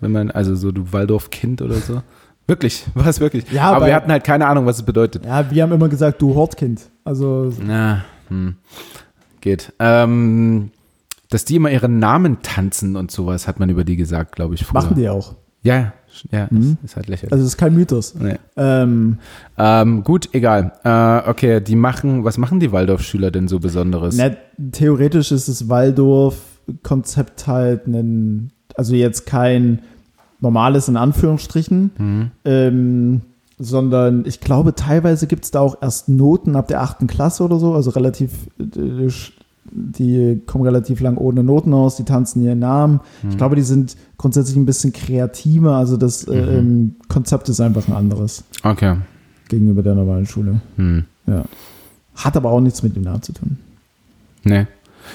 S2: wenn man also so du Waldorf-Kind
S1: [laughs]
S2: oder so. Wirklich, war es wirklich.
S1: Ja,
S2: aber
S1: aber-
S2: wir hatten halt keine Ahnung, was es bedeutet.
S1: Ja, wir haben immer gesagt, du Hortkind. Also,
S2: Na, hm. geht. Ähm, dass die immer ihren Namen tanzen und sowas, hat man über die gesagt, glaube ich, früher.
S1: Machen die auch.
S2: Ja, ja,
S1: Mhm.
S2: ist halt lächerlich.
S1: Also es ist kein Mythos.
S2: nee.
S1: Ähm,
S2: ähm, gut, egal. Äh, okay, die machen, was machen die Waldorfschüler denn so Besonderes?
S1: na, theoretisch ist das Waldorf-Konzept halt ein, also jetzt kein normales in Anführungsstrichen, ähm, sondern ich glaube, teilweise gibt es da auch erst Noten ab der achten Klasse oder so, also relativ, äh, sch- die kommen relativ lang ohne Noten aus, die tanzen ihren Namen. Ich glaube, die sind grundsätzlich ein bisschen kreativer, also das äh, ähm, Konzept ist einfach ein anderes
S2: Okay.
S1: gegenüber der normalen Schule.
S2: Hm.
S1: Ja. Hat aber auch nichts mit dem Namen zu tun.
S2: Nee.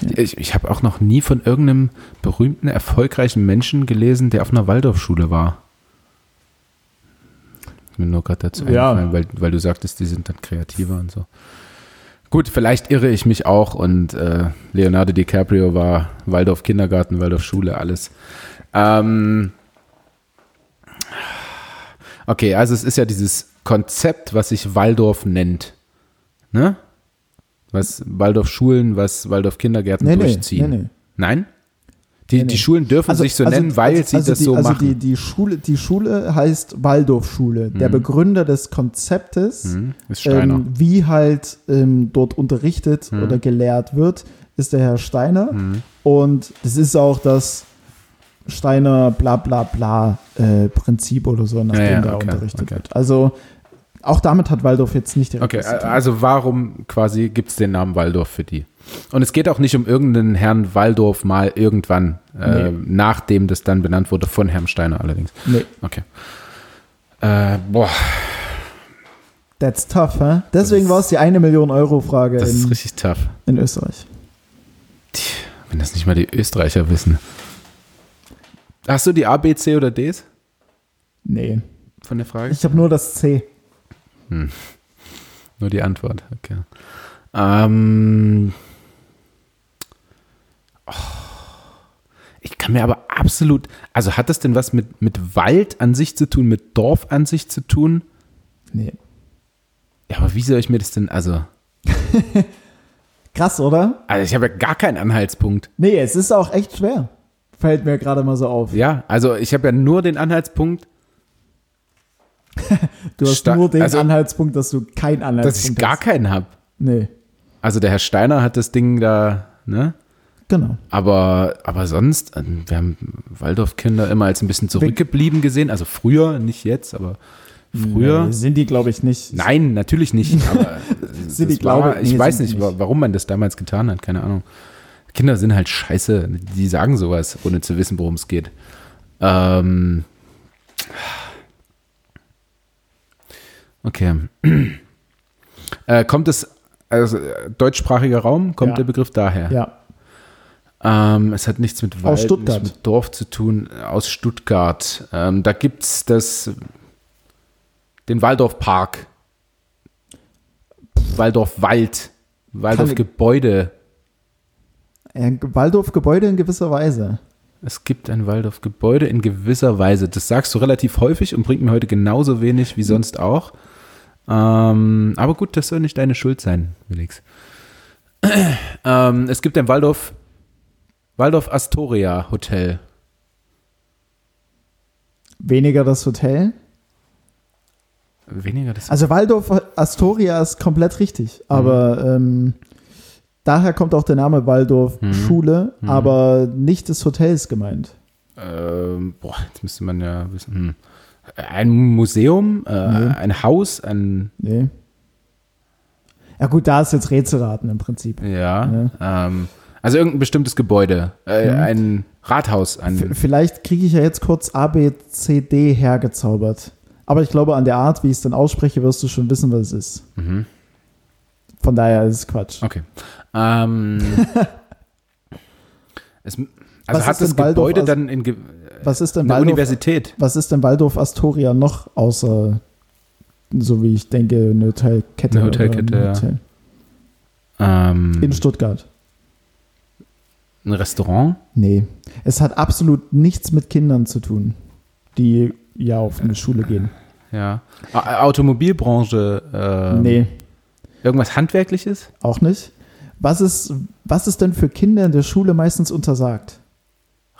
S1: Ja.
S2: Ich, ich habe auch noch nie von irgendeinem berühmten, erfolgreichen Menschen gelesen, der auf einer Waldorfschule war. Ist Mir nur gerade dazu
S1: Ja.
S2: eingefallen, weil, weil du sagtest, die sind dann kreativer und so. Gut, vielleicht irre ich mich auch und äh, Leonardo DiCaprio war Waldorf Kindergarten, Waldorf Schule, alles. Ähm, okay, also es ist ja dieses Konzept, was sich Waldorf nennt. Ne? Was Waldorf Schulen, was Waldorf Kindergärten
S1: Nee, nee,
S2: durchziehen.
S1: nee, nee.
S2: Nein? Die,
S1: nee.
S2: die Schulen dürfen sich so nennen, weil sie das
S1: Also, die,
S2: so
S1: also
S2: machen.
S1: Die, die, Schule, die Schule heißt Waldorfschule. Der Begründer des Konzeptes,
S2: Hm, ist Mhm. Steiner. Mhm.
S1: ähm, wie halt ähm, dort unterrichtet oder gelehrt wird, ist der Herr Steiner. Und das ist auch das Steiner bla bla bla äh, Prinzip oder so, nach
S2: Ja,
S1: dem
S2: ja,
S1: da
S2: okay,
S1: unterrichtet
S2: okay.
S1: wird. Also auch damit hat Waldorf jetzt nicht direkt
S2: Okay,
S1: was zu tun.
S2: also warum quasi gibt es den Namen Waldorf für die? Und es geht auch nicht um irgendeinen Herrn Waldorf mal irgendwann, äh, nachdem das dann benannt wurde, von Herrn Steiner allerdings.
S1: Nee.
S2: Okay. Äh, boah,
S1: That's tough, hä? Deswegen war es die eine Million Euro Frage
S2: das ist
S1: in,
S2: richtig tough.
S1: in Österreich.
S2: Tch, Wenn das nicht mal die Österreicher wissen. Hast du die A, B, C oder Ds
S1: Nee.
S2: von der Frage?
S1: Ich habe nur das C.
S2: Nur die Antwort, okay. Ähm, oh, ich kann mir aber absolut, also hat das denn was mit, mit Wald an sich zu tun, mit Dorf an sich zu tun?
S1: Nee.
S2: Ja, aber wie soll ich mir das denn, also,
S1: Krass, oder?
S2: also ich habe ja gar keinen Anhaltspunkt.
S1: Nee, es ist auch echt schwer. Fällt mir gerade mal so auf.
S2: Ja, also ich habe ja nur den Anhaltspunkt,
S1: Du hast
S2: Sta-
S1: nur den
S2: also-
S1: Anhaltspunkt, dass du keinen Anhaltspunkt
S2: dass ich gar
S1: hast.
S2: keinen habe.
S1: Nee,
S2: Also der Herr Steiner hat das Ding da, ne?
S1: genau.
S2: Aber, aber sonst, ähm, wir haben Waldorfkinder immer als ein bisschen zurückgeblieben gesehen. Also früher, nicht jetzt, aber früher.
S1: Nee, Äh, sind die, glaube ich, nicht.
S2: Nein,
S1: [laughs]
S2: natürlich nicht. Aber
S1: Sie
S2: das
S1: die glaube-
S2: war, ich
S1: nee,
S2: weiß
S1: sind
S2: nicht,
S1: sie
S2: wa-
S1: nicht.
S2: warum man das damals getan hat. Keine Ahnung. Kinder sind halt scheiße. Die sagen sowas, ohne zu wissen, worum es geht. Ähm. Okay. [clears throat] Äh, kommt es, also äh, deutschsprachiger Raum, kommt
S1: Ja.
S2: der Begriff daher?
S1: Ja,
S2: Ähm, es hat nichts mit Wald,
S1: Aus Stuttgart.
S2: Nicht mit Dorf zu tun, äh, aus Stuttgart. Ähm, da gibt es das, den Waldorfpark. Waldorfwald. Waldorfgebäude.
S1: ein Waldorf-Gebäude Äh, in gewisser Weise.
S2: Es gibt ein Waldorfgebäude in gewisser Weise. Das sagst du relativ häufig und bringt mir heute genauso wenig wie sonst auch. Ähm, aber gut, das soll nicht deine Schuld sein, Felix. ähm, es gibt ein Waldorf, Waldorf Astoria Hotel.
S1: Weniger das Hotel.
S2: Weniger das
S1: Also Waldorf Astoria ist komplett
S2: Mhm.
S1: richtig, aber ähm, daher kommt auch der Name Waldorf
S2: Mhm.
S1: Schule, aber nicht des Hotels gemeint.
S2: Ähm, boah, jetzt müsste man ja wissen. Hm. Ein Museum, äh, ein Haus, ein.
S1: Nee. Ja gut, da ist jetzt Rätselraten im Prinzip.
S2: Ja. Ähm, also irgendein bestimmtes Gebäude. Äh,
S1: Hm.
S2: Ein Rathaus,
S1: V-
S2: ein.
S1: Vielleicht kriege ich ja jetzt kurz A, B, C, D hergezaubert. Aber ich glaube, an der Art, wie ich es dann ausspreche, wirst du schon wissen, was es ist.
S2: Mhm.
S1: Von daher ist es Quatsch.
S2: Okay.
S1: [laughs]
S2: Ähm, es, also
S1: Was
S2: hat
S1: ist denn
S2: das
S1: Waldorf
S2: Gebäude
S1: als-
S2: dann in Ge
S1: Was ist denn
S2: eine
S1: Waldorf,
S2: Universität?
S1: was ist denn Waldorf Astoria noch außer, so wie ich denke, eine Hotelkette?
S2: Eine
S1: oder
S2: Hotelkette,
S1: ein
S2: ja.
S1: Hotel?
S2: Ähm,
S1: In Stuttgart.
S2: ein Restaurant?
S1: Nee. Es hat absolut nichts mit Kindern zu tun, die ja auf eine Schule gehen.
S2: Ja. A Automobilbranche? ähm,
S1: Nee,
S2: Irgendwas Handwerkliches?
S1: auch nicht. Was ist, was ist denn für Kinder in der Schule meistens untersagt?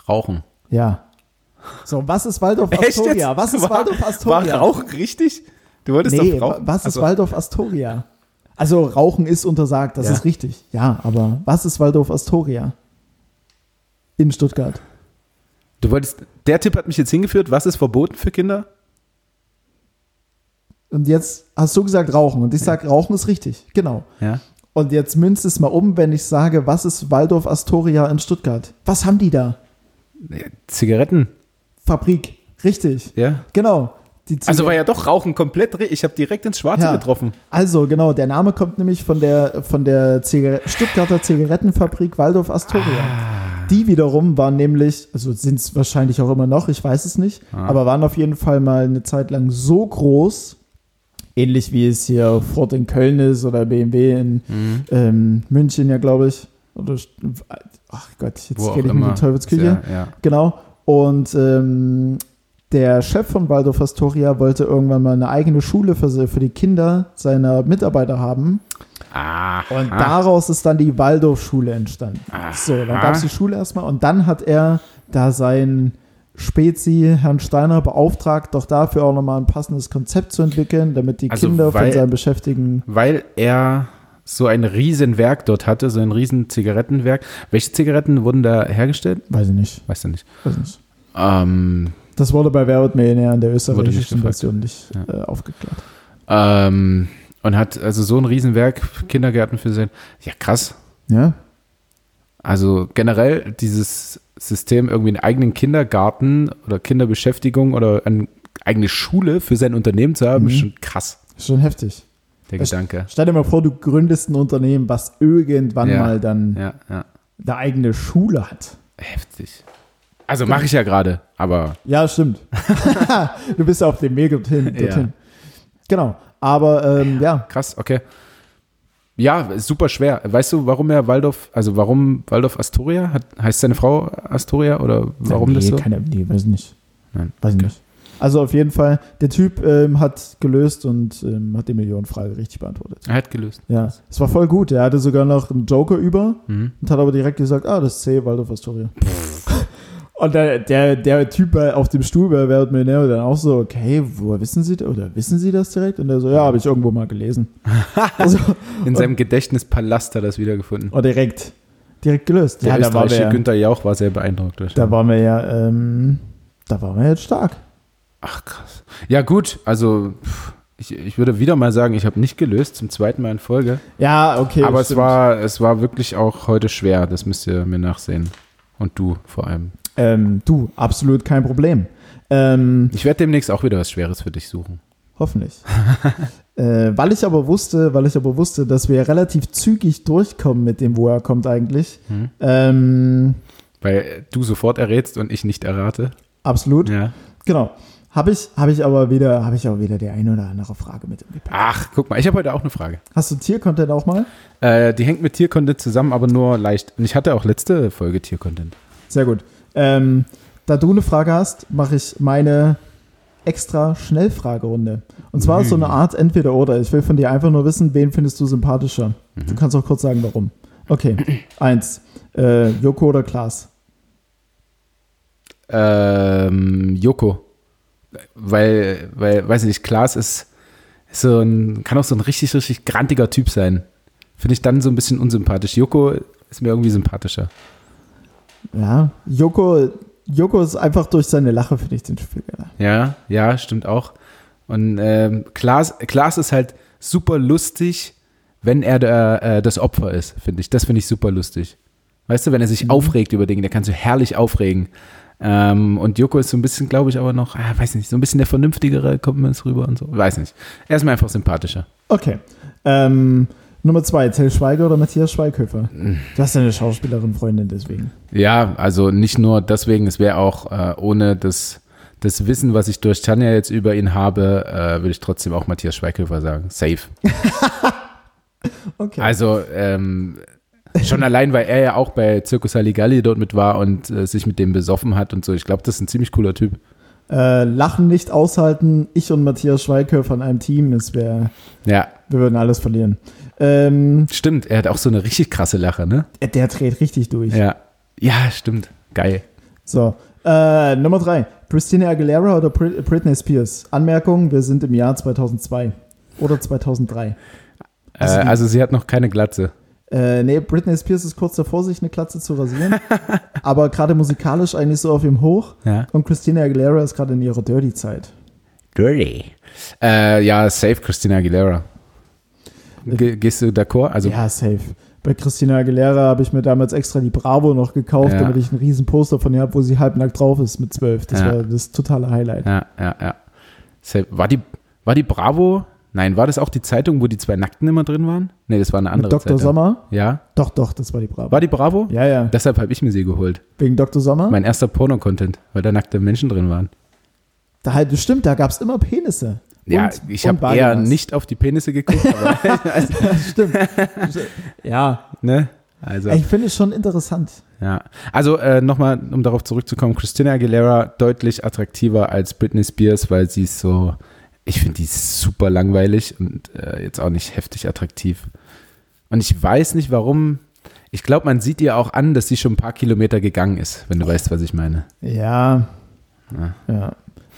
S2: Rauchen.
S1: Ja. So, was ist Waldorf
S2: Echt
S1: Astoria?
S2: jetzt?
S1: Was ist
S2: War-
S1: Waldorf Astoria?
S2: War Rauchen richtig? Du wolltest
S1: nee,
S2: doch
S1: wa-
S2: rauchen.
S1: was ist
S2: Also,
S1: Waldorf Astoria? Also Rauchen ist untersagt, das
S2: Ja.
S1: ist richtig. Ja, aber was ist Waldorf Astoria? In Stuttgart.
S2: Du wolltest, der Tipp hat mich jetzt hingeführt, was ist verboten für Kinder?
S1: Und jetzt hast du gesagt Rauchen und ich sage Rauchen ist richtig. Genau.
S2: Ja.
S1: Und jetzt münzt es mal um, wenn ich sage, was ist Waldorf Astoria in Stuttgart? Was haben die da?
S2: Zigaretten,
S1: Fabrik. Richtig.
S2: ja.
S1: Genau. Die
S2: Also war ja doch Rauchen komplett, ri- ich habe direkt ins Schwarze
S1: Ja.
S2: getroffen.
S1: Also, genau, der Name kommt nämlich von der, von der Zigaret Stuttgarter Zigarettenfabrik Waldorf Astoria. Die wiederum waren nämlich, also sind es wahrscheinlich auch immer noch, ich weiß es nicht, aber waren auf jeden Fall mal eine Zeit lang so groß, ähnlich wie es hier Ford in Köln ist oder BMW in ähm, München, ja, glaube ich. Oder, St- ach Gott, jetzt rede ich mit der Teufelsküche.
S2: Ja, ja.
S1: Genau. Und ähm, der Chef von Waldorf Astoria wollte irgendwann mal eine eigene Schule für, für die Kinder seiner Mitarbeiter haben.
S2: Ah,
S1: Und daraus ist dann die Waldorfschule entstanden.
S2: Aha.
S1: So, dann gab es die Schule erstmal und dann hat er da seinen Spezi, Herrn Steiner, beauftragt, doch dafür auch nochmal ein passendes Konzept zu entwickeln, damit die
S2: Also,
S1: Kinder von
S2: weil-
S1: seinen Beschäftigten.
S2: weil er so ein Riesenwerk dort hatte, so ein riesen Zigarettenwerk. Welche Zigaretten wurden da hergestellt?
S1: Weiß ich nicht.
S2: Weißt du nicht.
S1: Weiß nicht.
S2: Ähm,
S1: Das wurde bei Wer wird Millionär in der österreichischen
S2: gefragt.
S1: Version nicht äh, aufgeklärt.
S2: ähm, und hat also so ein Riesenwerk, Kindergärten für sein. Ja, krass.
S1: Ja?
S2: Also generell dieses System, irgendwie einen eigenen Kindergarten oder Kinderbeschäftigung oder eine eigene Schule für sein Unternehmen zu haben, ist schon krass,
S1: Ist Schon heftig.
S2: der
S1: Mhm. Das-
S2: Gedanke.
S1: Stell dir mal vor, du gründest ein Unternehmen, was irgendwann
S2: Ja.
S1: mal dann
S2: Ja, ja.
S1: eine eigene Schule hat.
S2: Heftig. Also mache ich ja gerade, aber
S1: Ja,
S2: [laughs]
S1: stimmt. [laughs] du bist ja auf dem Weg dorthin. dorthin. Genau. Aber ähm, ja.
S2: krass, okay. Ja, ist super schwer. Weißt du, warum er Waldorf, also warum Waldorf Astoria? Hat, heißt seine Frau Astoria oder warum
S1: nee,
S2: das so?
S1: Keine, nee, weiß nicht.
S2: Nein.
S1: Weiß
S2: Okay.
S1: nicht. Also auf jeden Fall, der Typ ähm, hat gelöst und ähm, hat die Millionenfrage richtig beantwortet.
S2: Er hat gelöst.
S1: Ja, es war voll gut. Er hatte sogar noch einen Joker über
S2: Mhm.
S1: und hat aber direkt gesagt, ah, das ist C, Waldorf Astoria. Und der, der, der Typ bei, auf dem Stuhl bei Wer wird Millionär dann auch so, okay, woher wissen Sie das? Oder wissen Sie das direkt? Und er so, ja, habe ich irgendwo mal
S2: [laughs]
S1: gelesen. also,
S2: In seinem Gedächtnispalast hat er das wiedergefunden.
S1: und direkt, direkt gelöst.
S2: Der
S1: ja, da waren
S2: österreichische
S1: wir, ja-
S2: Günther Jauch war sehr beeindruckt. wahrscheinlich.
S1: da waren wir ja, ähm, da waren wir jetzt stark.
S2: Ach krass. Ja gut, also pff, ich, ich würde wieder mal sagen, ich habe nicht gelöst, zum zweiten Mal in Folge.
S1: Ja, okay.
S2: Aber es
S1: stimmt.
S2: war, es war wirklich auch heute schwer, das müsst ihr mir nachsehen. Und du vor allem.
S1: Ähm, du, absolut kein Problem. Ähm,
S2: Ich werde demnächst auch wieder was Schweres für dich suchen.
S1: hoffentlich. [laughs] äh, weil ich aber wusste, weil ich aber wusste, dass wir relativ zügig durchkommen mit dem, woher kommt eigentlich. Ähm,
S2: Weil du sofort errätst und ich nicht errate.
S1: absolut.
S2: Ja.
S1: Genau. Habe ich, habe ich aber wieder, habe ich aber wieder die eine oder andere Frage mit im Gepäck.
S2: Ach, guck mal, ich habe heute auch eine Frage.
S1: Hast du Tiercontent auch mal?
S2: Äh, die hängt mit Tiercontent zusammen, aber nur leicht. Und ich hatte auch letzte Folge Tiercontent.
S1: Sehr gut. Ähm, da du eine Frage hast, mache ich meine extra Schnellfragerunde. Und zwar ist so eine Art Entweder-Oder. Ich will von dir einfach nur wissen, wen findest du sympathischer? Du kannst auch kurz sagen, warum. Okay, [clears throat] eins. Äh, Joko oder Klaas?
S2: Ähm, Joko. Weil, weil, weiß ich nicht, Klaas ist ist so ein, kann auch so ein richtig, richtig grantiger Typ sein. Finde ich dann so ein bisschen unsympathisch. Joko ist mir irgendwie sympathischer.
S1: Ja, Joko, Joko ist einfach durch seine Lache, finde ich den Spiel.
S2: Ja, ja, stimmt auch. Und ähm, Klaas, Klaas ist halt super lustig, wenn er der, äh, das Opfer ist, finde ich. Das finde ich super lustig. Weißt du, wenn er sich aufregt über Dinge, der kann so herrlich aufregen. Ähm, und Joko ist so ein bisschen, glaube ich, aber noch, ah, weiß nicht, so ein bisschen der Vernünftigere, kommt mir jetzt rüber und so. Weiß nicht. Er ist mir einfach sympathischer.
S1: Okay. Ähm, Nummer zwei, Till Schweiger oder Matthias Schweighöfer? Du hast ja eine Schauspielerin, Freundin, deswegen.
S2: Ja, also nicht nur deswegen, es wäre auch äh, ohne das, das Wissen, was ich durch Tanja jetzt über ihn habe, äh, würde ich trotzdem auch Matthias Schweighöfer sagen. Safe.
S1: Okay.
S2: Also ähm, schon allein, weil er ja auch bei Circus Halligalli dort mit war und äh, sich mit dem besoffen hat und so. Ich glaube, das ist ein ziemlich cooler Typ.
S1: Äh, Lachen nicht aushalten, ich und Matthias Schweighöfer in einem Team, es wäre
S2: Ja,
S1: Wir würden alles verlieren. Ähm,
S2: Stimmt, er hat auch so eine richtig krasse Lache, ne?
S1: der- der dreht richtig durch.
S2: Ja. Ja, stimmt. Geil.
S1: So, äh, Nummer drei. Christina Aguilera oder Brit- Britney Spears? Anmerkung, wir sind im Jahr 2002 oder 2003.
S2: Also, äh, also sie hat noch keine Glatze.
S1: Äh, nee, Britney Spears ist kurz davor, sich eine Klatze zu
S2: [laughs]
S1: rasieren, aber gerade musikalisch eigentlich so auf ihrem Hoch.
S2: Ja.
S1: Und Christina Aguilera ist gerade in ihrer Dirty-Zeit.
S2: Dirty. Äh, ja, safe Christina Aguilera. Ge gehst du d'accord? Also,
S1: Ja, safe. Bei Christina Aguilera habe ich mir damals extra die Bravo noch gekauft,
S2: Ja.
S1: damit ich ein riesen Poster von ihr habe, wo sie halbnackt drauf ist mit zwölf. Das
S2: Ja.
S1: war das totale Highlight.
S2: ja, ja, ja. Safe. War die, war die Bravo? Nein, war das auch die Zeitung, wo die zwei Nackten immer drin waren? Nee, das war eine andere
S1: Mit Dr.
S2: Zeitung.
S1: Sommer?
S2: Ja.
S1: Doch, doch, das war die Bravo.
S2: War die Bravo?
S1: Ja, ja.
S2: Deshalb habe ich mir sie geholt.
S1: Wegen Dr. Sommer?
S2: Mein erster Porno-Content, weil da nackte Menschen drin waren.
S1: Da halt, stimmt, da gab es immer Penisse.
S2: Ja,
S1: Und-
S2: ich
S1: und
S2: habe eher
S1: Badewas.
S2: nicht auf die Penisse geguckt, [laughs] aber,
S1: Stimmt. ja.
S2: ne? Also,
S1: Ich finde es schon interessant.
S2: ja. Also äh, nochmal, um darauf zurückzukommen, Christina Aguilera deutlich attraktiver als Britney Spears, weil sie ist so, ich finde die super langweilig und äh, jetzt auch nicht heftig attraktiv. Und ich weiß nicht, warum. Ich glaube, man sieht ihr auch an, dass sie schon ein paar Kilometer gegangen ist, wenn du weißt, was ich meine.
S1: Ja. ja.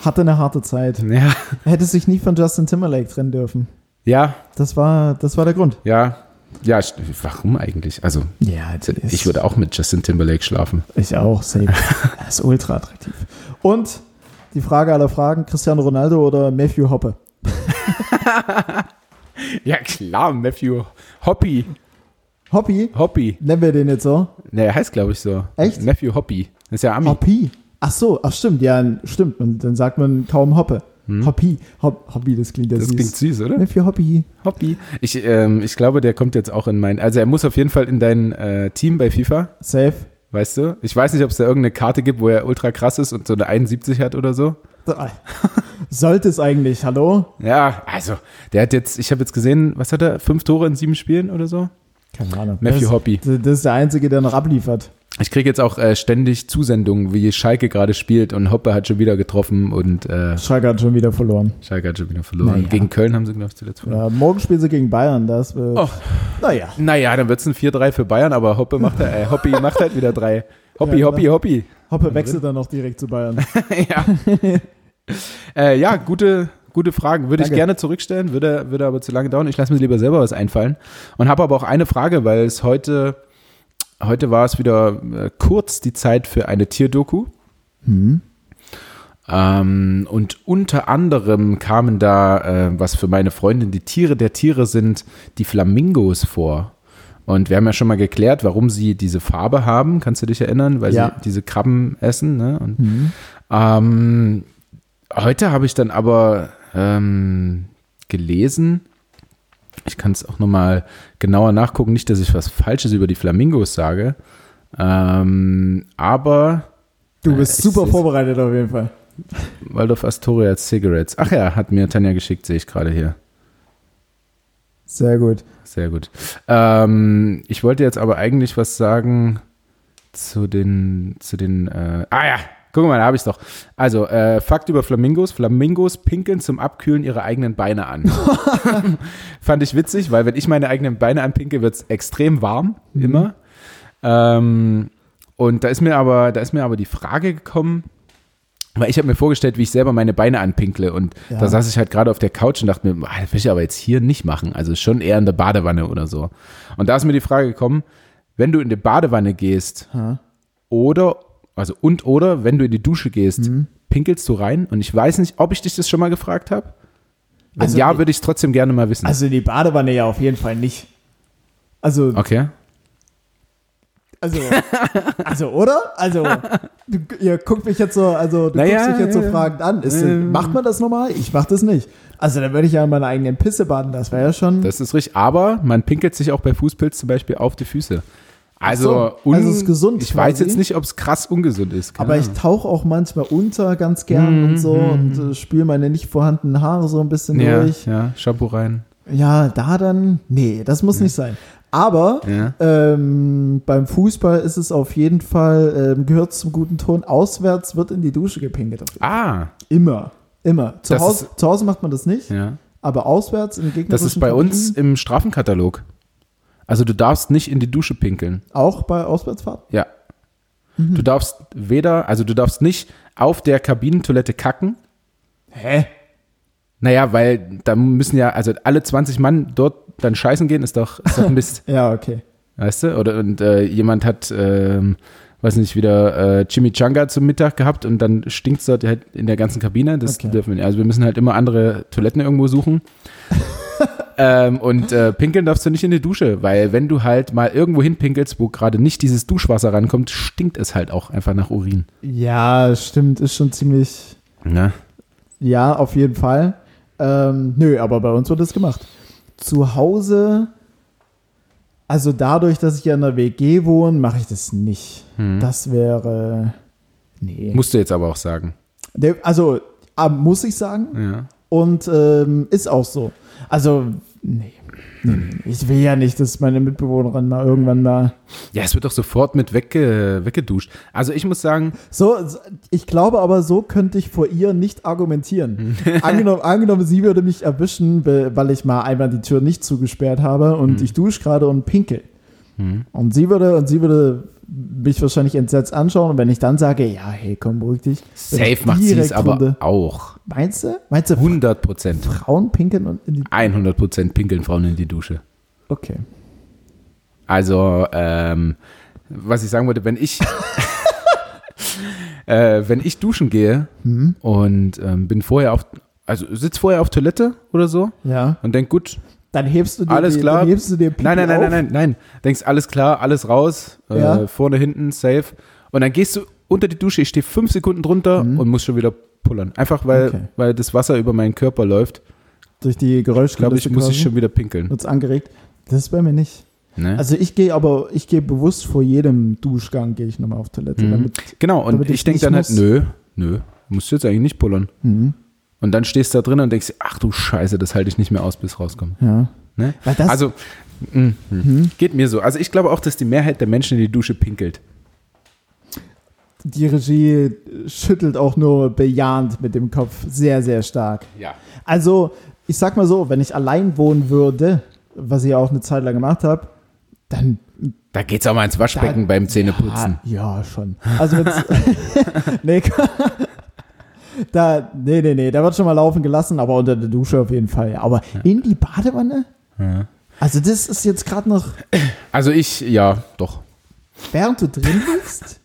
S1: Hatte eine harte Zeit.
S2: Ja,
S1: Hätte sich nie von Justin Timberlake trennen dürfen.
S2: ja,
S1: Das war, das war der Grund.
S2: ja, ja. st- Warum eigentlich? Also
S1: Ja,
S2: ich würde auch mit Justin Timberlake schlafen.
S1: Ich auch, safe.
S2: [laughs]
S1: Er ist ultra attraktiv. Und die Frage aller Fragen: Cristiano Ronaldo oder Matthew Hoppe?
S2: Ja klar, Matthew Hoppy,
S1: Hoppy,
S2: Hoppy.
S1: nennen wir den jetzt so?
S2: Ne, er heißt glaube ich so.
S1: Echt?
S2: Matthew Hoppy. Das ist ja Ami.
S1: Hoppy. Ach so, ach stimmt, ja, stimmt. Und dann sagt man kaum Hoppe. Hoppy, Hop, Hoppy, das klingt ja
S2: Hm? Das
S1: süß.
S2: klingt süß, oder?
S1: Matthew Hoppy.
S2: Hoppy. Ich, ähm, ich glaube, der kommt jetzt auch in mein. Also er muss auf jeden Fall in dein äh, Team bei FIFA,
S1: Safe.
S2: weißt du? Ich weiß nicht, ob es da irgendeine Karte gibt, wo er ultra krass ist und so eine 71 hat oder so.
S1: ah. Sollte es eigentlich, hallo?
S2: Ja, also der hat jetzt, ich habe jetzt gesehen, was hat er? Fünf Tore in sieben Spielen oder so?
S1: Keine Ahnung.
S2: Matthew
S1: das,
S2: Hoppe.
S1: Das ist der Einzige, der noch abliefert.
S2: Ich kriege jetzt auch äh, ständig Zusendungen, wie Schalke gerade spielt und Hoppe hat schon wieder getroffen und äh,
S1: Schalke hat schon wieder verloren.
S2: Schalke hat schon wieder verloren.
S1: Naja.
S2: Gegen Köln haben sie, glaube ich, zuletzt
S1: Ja,
S2: verloren.
S1: morgen spielen sie gegen Bayern, das wird.
S2: Oh.
S1: Naja.
S2: Naja, dann wird es ein 4-3 für Bayern, aber Hoppe macht, äh, Hoppi macht halt wieder drei. Hoppi,
S1: Ja,
S2: Hoppi, Hoppi.
S1: Hoppe wechselt dann noch direkt zu
S2: [laughs]
S1: Bayern.
S2: ja. äh, ja, gute, gute Fragen. Würde
S1: Danke.
S2: ich gerne zurückstellen, würde, würde aber zu lange dauern. Ich lasse mir lieber selber was einfallen. Und habe aber auch eine Frage, weil es heute, heute war es wieder äh, kurz die Zeit für eine Tierdoku. Ähm, und unter anderem kamen da, äh, was für meine Freundin die Tiere der Tiere sind, die Flamingos vor. Und wir haben ja schon mal geklärt, warum sie diese Farbe haben. Kannst du dich erinnern? Weil
S1: Ja.
S2: sie diese Krabben essen. Ne? Und, ähm, heute habe ich dann aber ähm, gelesen, ich kann es auch nochmal genauer nachgucken, nicht, dass ich was Falsches über die Flamingos sage, ähm, aber
S1: Du bist
S2: ich
S1: super
S2: seh's. vorbereitet
S1: vorbereitet auf jeden Fall.
S2: Waldorf Astoria Cigarettes. Ach ja, hat mir Tanja geschickt, sehe ich gerade hier.
S1: Sehr gut.
S2: Sehr gut. Ähm, ich wollte jetzt aber eigentlich was sagen zu den, zu den, äh, ah ja, guck mal, da habe ich doch. Also, äh, Fakt über Flamingos. Flamingos pinkeln zum Abkühlen ihre eigenen Beine an. Fand ich witzig, weil wenn ich meine eigenen Beine anpinke, wird es extrem warm, immer. Ähm, und da ist mir aber, da ist mir aber die Frage gekommen, weil ich habe mir vorgestellt, wie ich selber meine Beine anpinkle und
S1: Ja.
S2: da saß ich halt gerade auf der Couch und dachte mir, ah, das will ich aber jetzt hier nicht machen, also schon eher in der Badewanne oder so. Und da ist mir die Frage gekommen, wenn du in die Badewanne gehst oder, also und oder, wenn du in die Dusche gehst,
S1: Mhm.
S2: pinkelst du rein und ich weiß nicht, ob ich dich das schon mal gefragt habe. Wenn
S1: Also-
S2: ja, würde ich es trotzdem gerne mal wissen.
S1: Also in die Badewanne ja auf jeden Fall nicht. Also,
S2: okay.
S1: also, also, oder? Also, du, ihr guckt mich jetzt so, also du
S2: Naja,
S1: guckst dich jetzt
S2: ja,
S1: so
S2: ja.
S1: fragend an. Ist,
S2: Ähm.
S1: Macht man das normal? Ich mach das nicht. Also dann würde ich ja in meiner eigenen Pisse baden, das wäre ja schon.
S2: Das ist richtig, aber man pinkelt sich auch bei Fußpilz zum Beispiel auf die Füße. Also,
S1: Ach so, also es ist gesund
S2: Ich weiß
S1: quasi.
S2: jetzt nicht, ob es krass ungesund ist. Keine
S1: aber ich
S2: Ahnung.
S1: tauche auch manchmal unter ganz gern
S2: Mhm,
S1: und so und äh, spüle meine nicht vorhandenen Haare so ein bisschen
S2: ja,
S1: durch.
S2: ja, Shampoo rein.
S1: Ja, da dann, nee, das muss nicht sein. Aber
S2: Ja.
S1: ähm, beim Fußball ist es auf jeden Fall, ähm, gehört zum guten Ton, auswärts wird in die Dusche gepinkelt. Auf jeden
S2: Ah,
S1: Fall. Immer, immer. Zu
S2: Das
S1: Hause, zu Hause macht man das nicht,
S2: ja.
S1: aber auswärts im Gegnerischen
S2: Das ist bei uns
S1: Verein-
S2: im Strafenkatalog. Also du darfst nicht in die Dusche pinkeln.
S1: Auch bei Auswärtsfahrten?
S2: Ja.
S1: Mhm.
S2: Du darfst weder, also du darfst nicht auf der Kabinentoilette kacken.
S1: Hä?
S2: Naja, weil da müssen ja, also alle 20 Mann dort dann scheißen gehen, ist doch, ist doch Mist.
S1: [laughs] Ja, okay.
S2: Weißt du? Oder und äh, jemand hat, ähm, weiß nicht, wieder äh, Chimichanga zum Mittag gehabt und dann stinkt es dort halt in der ganzen Kabine. Das
S1: Okay.
S2: dürfen wir nicht. Also wir müssen halt immer andere Toiletten irgendwo suchen. ähm, und äh, pinkeln darfst du nicht in die Dusche, weil wenn du halt mal irgendwo hinpinkelst, wo gerade nicht dieses Duschwasser rankommt, stinkt es halt auch einfach nach Urin.
S1: Ja, stimmt, ist schon ziemlich.
S2: Ne?
S1: Ja, auf jeden Fall. Ähm, nö, aber bei uns wird das gemacht. Zu Hause, also dadurch, dass ich ja in der WG wohne, mache ich das nicht. Das wäre. Nee.
S2: Musst du jetzt aber auch sagen.
S1: Der- Also, ah, muss ich sagen.
S2: Ja.
S1: Und ähm, ist auch so. Also, nee. Nee, nee, nee. Ich will ja nicht, dass meine Mitbewohnerin mal irgendwann mal.
S2: Ja, es wird doch sofort mit wegge weggeduscht. Also ich muss sagen,
S1: So, ich glaube aber, so könnte ich vor ihr nicht argumentieren. [laughs]
S2: Hm.
S1: angenommen, angenommen, sie würde mich erwischen, we- weil ich mal einmal die Tür nicht zugesperrt habe und
S2: Hm.
S1: ich dusche gerade und pinkel. Und sie würde, und sie würde mich wahrscheinlich entsetzt anschauen. Und wenn ich dann sage, ja, hey, komm, beruhig dich.
S2: safe
S1: wird
S2: macht sie es
S1: direkt
S2: aber
S1: Runde.
S2: auch.
S1: Meinst du? Meinst du,
S2: 100 Prozent.
S1: Frauen pinkeln und in die.
S2: 100 Prozent pinkeln Frauen in die Dusche.
S1: Okay.
S2: Also, ähm, was ich sagen wollte, wenn ich, [laughs] äh, wenn ich duschen gehe und ähm, bin vorher auf, also sitz vorher auf Toilette oder so
S1: Ja.
S2: und denk, gut,
S1: Dann hebst du dir
S2: alles
S1: die,
S2: klar.
S1: Dann hebst du dir Pipi
S2: nein, nein, nein,
S1: auf.
S2: nein, nein, nein. Denkst, alles klar, alles raus, äh,
S1: Ja.
S2: vorne, hinten, safe. Und dann gehst du unter die Dusche, ich stehe fünf Sekunden drunter und muss schon wieder pullern. Einfach weil,
S1: Mhm. Okay.
S2: weil das Wasser über meinen Körper läuft.
S1: Durch die
S2: Glaube
S1: Geräuschkulisse
S2: ich, muss ich
S1: quasi.
S2: schon wieder pinkeln.
S1: Wird's angeregt. Das ist bei mir nicht.
S2: Ne?
S1: Also ich gehe aber, ich gehe bewusst vor jedem Duschgang gehe ich nochmal auf Toilette. Damit,
S2: genau, und
S1: damit
S2: ich,
S1: ich
S2: denke
S1: nicht
S2: dann halt,
S1: muss. Mhm.
S2: nö, nö, musst du jetzt eigentlich nicht pullern. Und dann stehst du da drin und denkst, dir, ach du Scheiße, das halte ich nicht mehr aus, bis rauskomme.
S1: ja.
S2: Ne?
S1: Weil das- Mhm.
S2: also, mm, mm, geht mir so. Also ich glaube auch, dass die Mehrheit der Menschen in die Dusche pinkelt.
S1: Die Regie schüttelt auch nur bejahend mit dem Kopf sehr, sehr stark.
S2: Ja.
S1: Also ich sag mal so, wenn ich allein wohnen würde, was ich ja auch eine Zeit lang gemacht habe, dann
S2: Da geht's auch mal ins Waschbecken
S1: Da-
S2: beim Zähneputzen.
S1: Ja, ja, schon. Also wenn's, [laughs] nee, [laughs] da, nee, nee, nee, da wird schon mal laufen gelassen, aber unter der Dusche auf jeden Fall. Aber in die Badewanne? Also das ist jetzt gerade noch,
S2: Also ich, ja, doch.
S1: während du drin bist?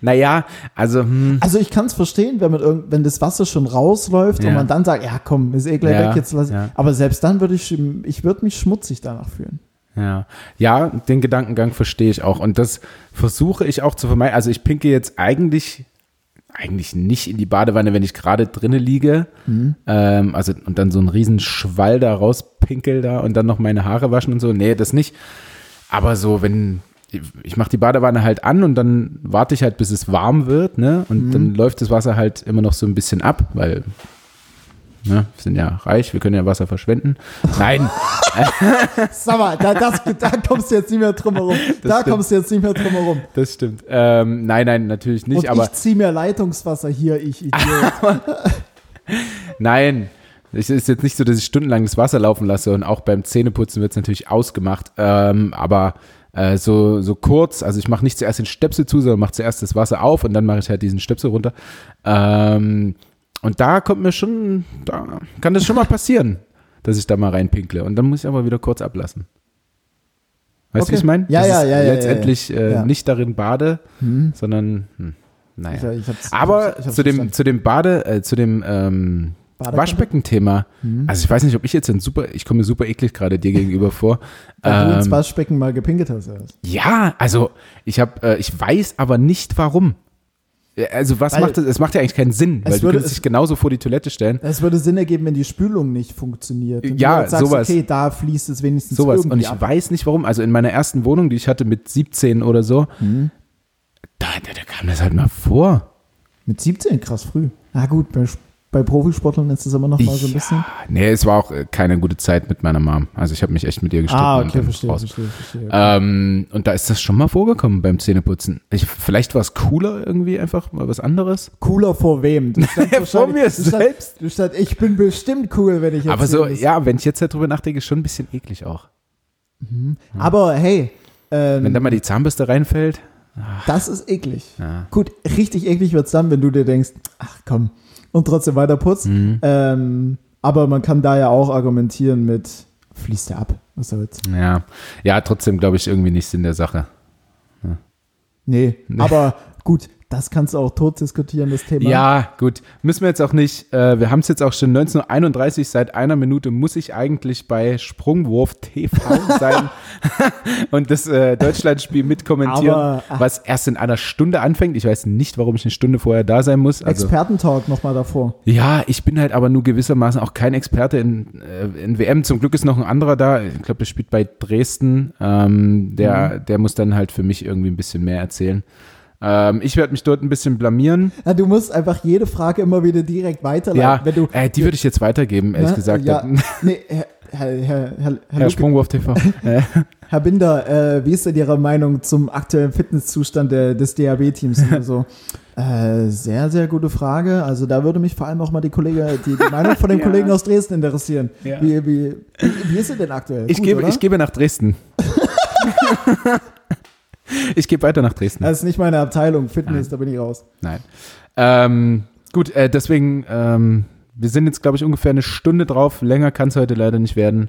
S2: Naja, also, hm,
S1: Also ich kann es verstehen, wenn, man irgend, wenn das Wasser schon rausläuft
S2: Ja.
S1: und man dann sagt, ja komm, ist eh gleich
S2: Ja,
S1: weg, jetzt lass ich.
S2: ja.
S1: Aber selbst dann würde ich, ich würde mich schmutzig danach fühlen.
S2: ja. Ja, den Gedankengang verstehe ich auch. Und das versuche ich auch zu vermeiden. Also ich pinke jetzt eigentlich, eigentlich nicht in die Badewanne, wenn ich gerade drinnen liege. Ähm, also, und dann so einen riesen Schwall da rauspinkel da und dann noch meine Haare waschen und so. Nee, das nicht. Aber so, wenn, ich mache die Badewanne halt an und dann warte ich halt, bis es warm wird, ne? Und dann läuft das Wasser halt immer noch so ein bisschen ab, weil, ne, wir sind ja reich, wir können ja Wasser verschwenden. Nein!
S1: Sag mal, da, das, da kommst du jetzt nicht mehr drum
S2: [laughs]
S1: herum. Da
S2: stimmt.
S1: kommst du jetzt nicht mehr drum herum.
S2: Das stimmt. Ähm, nein, nein, natürlich nicht,
S1: Und
S2: aber
S1: ich ziehe mir Leitungswasser hier, ich Idiot.
S2: nein. Es ist jetzt nicht so, dass ich stundenlang das Wasser laufen lasse und auch beim Zähneputzen wird es natürlich ausgemacht. Ähm, aber äh, so, so kurz, also ich mache nicht zuerst den Stöpsel zu, sondern mache zuerst das Wasser auf und dann mache ich halt diesen Stöpsel runter. Ähm, und da kommt mir schon, da kann das schon mal passieren, dass ich da mal reinpinkle. Und dann muss ich aber wieder kurz ablassen. Weißt du, wie
S1: Okay.
S2: ich meine?
S1: Ja,
S2: Dass
S1: ja,
S2: ich
S1: ja, ja, ja, ja.
S2: Letztendlich Äh,
S1: Ja.
S2: nicht darin bade, sondern, hm, naja.
S1: Ja, ich hab's-
S2: Aber
S1: ich hab's- ich hab's
S2: zu, dem,
S1: verstanden.
S2: zu dem Bade, äh, zu dem ähm,
S1: Badekammer? Mhm.
S2: Waschbecken-Thema. Also ich weiß nicht, ob ich jetzt ein super, ich komme mir super eklig gerade
S1: [laughs]
S2: dir gegenüber vor.
S1: Weil du ins
S2: Ähm,
S1: Waschbecken mal gepinkelt hast. ja.
S2: ja, also ich habe, äh, ich weiß aber nicht warum. Äh, Also was
S1: Weil-
S2: macht das? Es macht ja eigentlich keinen Sinn, weil du
S1: würde-
S2: könntest dich genauso vor die Toilette stellen.
S1: Es würde Sinn ergeben, wenn die Spülung nicht funktioniert. Und
S2: Ja,
S1: du sagst,
S2: sowas.
S1: okay, da fließt es wenigstens
S2: Sowas.
S1: irgendwie
S2: Und ich
S1: ab.
S2: weiß nicht warum. Also in meiner ersten Wohnung, die ich hatte mit 17 oder so,
S1: Mhm.
S2: da, da, da kam das halt mal vor.
S1: Mit 17, krass früh. Na gut, bei, bei Profisportlern ist es immer noch mal so ein bisschen.
S2: Ja, nee, es war auch äh, keine gute Zeit mit meiner Mom. Also ich habe mich echt mit ihr gestritten.
S1: Ah,
S2: und
S1: okay,
S2: dann
S1: verstehe,
S2: raus.
S1: verstehe, verstehe.
S2: Ähm, und da ist das schon mal vorgekommen beim Zähneputzen. Ich, vielleicht war es cooler irgendwie einfach mal was anderes.
S1: Cooler vor wem?
S2: [laughs]
S1: Du stand
S2: vor mir
S1: du stand,
S2: selbst.
S1: Du stand, ich bin bestimmt cool, wenn ich jetzt
S2: Aber so,
S1: hier bin.
S2: ja, wenn ich jetzt darüber nachdenke, ist schon ein bisschen eklig auch.
S1: Mhm. Aber hey, ähm,
S2: Wenn da mal die Zahnbürste reinfällt,
S1: das ist eklig.
S2: ja.
S1: Gut, richtig eklig wird es dann, wenn du dir denkst, ach komm, und trotzdem weiter putzt.
S2: Mhm.
S1: Ähm, aber man kann da ja auch argumentieren mit, fließt der ab, was soll's.
S2: ja. Ja, trotzdem glaube ich irgendwie nichts in der Sache.
S1: Nee, aber gut, das kannst du auch tot diskutieren, das Thema.
S2: Ja, gut. Müssen wir jetzt auch nicht. Äh, wir haben es jetzt auch schon 19.31 Uhr. Seit einer Minute muss ich eigentlich bei Sprungwurf TV [laughs] sein und das äh, Deutschlandspiel mitkommentieren,
S1: Aber, ach.
S2: was erst in einer Stunde anfängt. Ich weiß nicht, warum ich eine Stunde vorher da sein muss. Also,
S1: Expertentalk nochmal davor.
S2: ja, ich bin halt aber nur gewissermaßen auch kein Experte in, äh, in WM. Zum Glück ist noch ein anderer da. Ich glaube, der spielt bei Dresden. Ähm, der,
S1: Mhm.
S2: der muss dann halt für mich irgendwie ein bisschen mehr erzählen. Ähm, ich werde mich dort ein bisschen blamieren.
S1: Na, du musst einfach jede Frage immer wieder direkt weiterleiten.
S2: Ja,
S1: wenn du,
S2: äh, die würde ich jetzt weitergeben, ehrlich
S1: ne,
S2: gesagt.
S1: ja,
S2: Herr,
S1: nee, Herr, Herr, Herr, Herr,
S2: Herr
S1: Lucke,
S2: Sprungwurf TV. Äh,
S1: Herr Binder, äh, wie ist denn Ihre Meinung zum aktuellen Fitnesszustand der, des
S2: [laughs]
S1: DAB-Teams? Also, äh, sehr, sehr gute Frage. Also da würde mich vor allem auch mal die, Kollege, die, die Meinung
S2: [laughs]
S1: von den
S2: Ja.
S1: Kollegen aus Dresden interessieren.
S2: Ja.
S1: Wie, wie, wie, wie ist sie denn aktuell?
S2: ich,
S1: Gut,
S2: gebe,
S1: oder?
S2: ich gebe
S1: [laughs]
S2: nach Dresden. ich gebe weiter nach Dresden.
S1: Das ist nicht meine Abteilung, Fitness, da bin ich raus.
S2: Nein. Ähm, gut, äh, deswegen, ähm, wir sind jetzt, glaube ich, ungefähr eine Stunde drauf. Länger kann es heute leider nicht werden,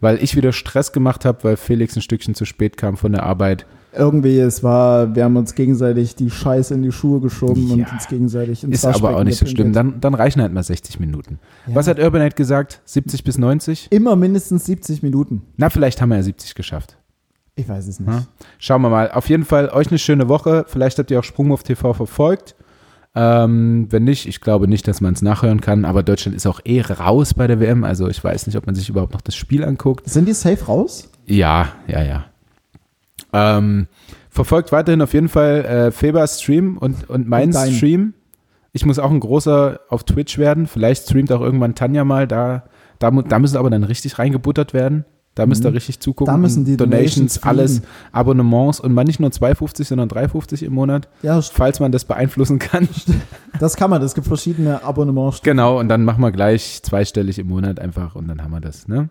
S2: weil ich wieder Stress gemacht habe, weil Felix ein Stückchen zu spät kam von der Arbeit.
S1: Irgendwie, es war, wir haben uns gegenseitig die Scheiße in die Schuhe geschoben
S2: Ja.
S1: und uns gegenseitig ins
S2: Ist aber
S1: Waschbecken
S2: auch nicht so schlimm.
S1: gepinkelt.
S2: Dann, dann reichen halt mal 60 Minuten.
S1: Ja.
S2: Was hat Urbanite gesagt? 70 bis 90?
S1: Immer mindestens 70 Minuten.
S2: Na, vielleicht haben wir ja 70 geschafft.
S1: Ich weiß es nicht.
S2: Ja. Schauen wir mal. Auf jeden Fall euch eine schöne Woche. Vielleicht habt ihr auch Sprungwurf TV verfolgt. Ähm, wenn nicht, ich glaube nicht, dass man es nachhören kann. Aber Deutschland ist auch eh raus bei der WM. Also ich weiß nicht, ob man sich überhaupt noch das Spiel anguckt.
S1: Sind die safe raus?
S2: Ja, ja, ja. Ähm, verfolgt weiterhin auf jeden Fall äh, Febers Stream und, und meinen
S1: Und deinen.
S2: Stream. Ich muss auch ein großer auf Twitch werden. Vielleicht streamt auch irgendwann Tanja mal. Da, da, mu- da müssen aber dann richtig reingebuttert werden. Da müsst ihr richtig zugucken.
S1: Mhm. Da müssen die
S2: Donations,
S1: Donations
S2: alles,
S1: fliegen.
S2: Abonnements und man nicht nur 2,50, sondern 3,50 im Monat,
S1: Ja,
S2: falls man das beeinflussen kann. [laughs]
S1: das kann man. Es gibt verschiedene Abonnements.
S2: Genau, und dann machen wir gleich zweistellig im Monat einfach und dann haben wir das. Ne?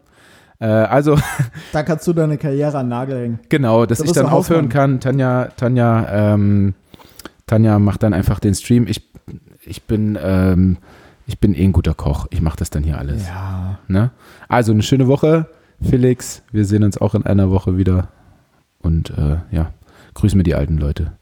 S2: Äh, also
S1: Da kannst du deine Karriere an den Nagel hängen.
S2: Genau, dass
S1: Da
S2: ich
S1: bist
S2: dann
S1: du
S2: aufhören
S1: Hausmann.
S2: kann. Tanja, Tanja, ähm, Tanja macht dann einfach den Stream. Ich, ich bin, ähm, ich bin eh ein guter Koch. Ich mache das dann hier alles.
S1: Ja.
S2: Ne? Also eine schöne Woche, Felix. Wir sehen uns auch in einer Woche wieder. Und äh, ja, grüß mir die alten Leute.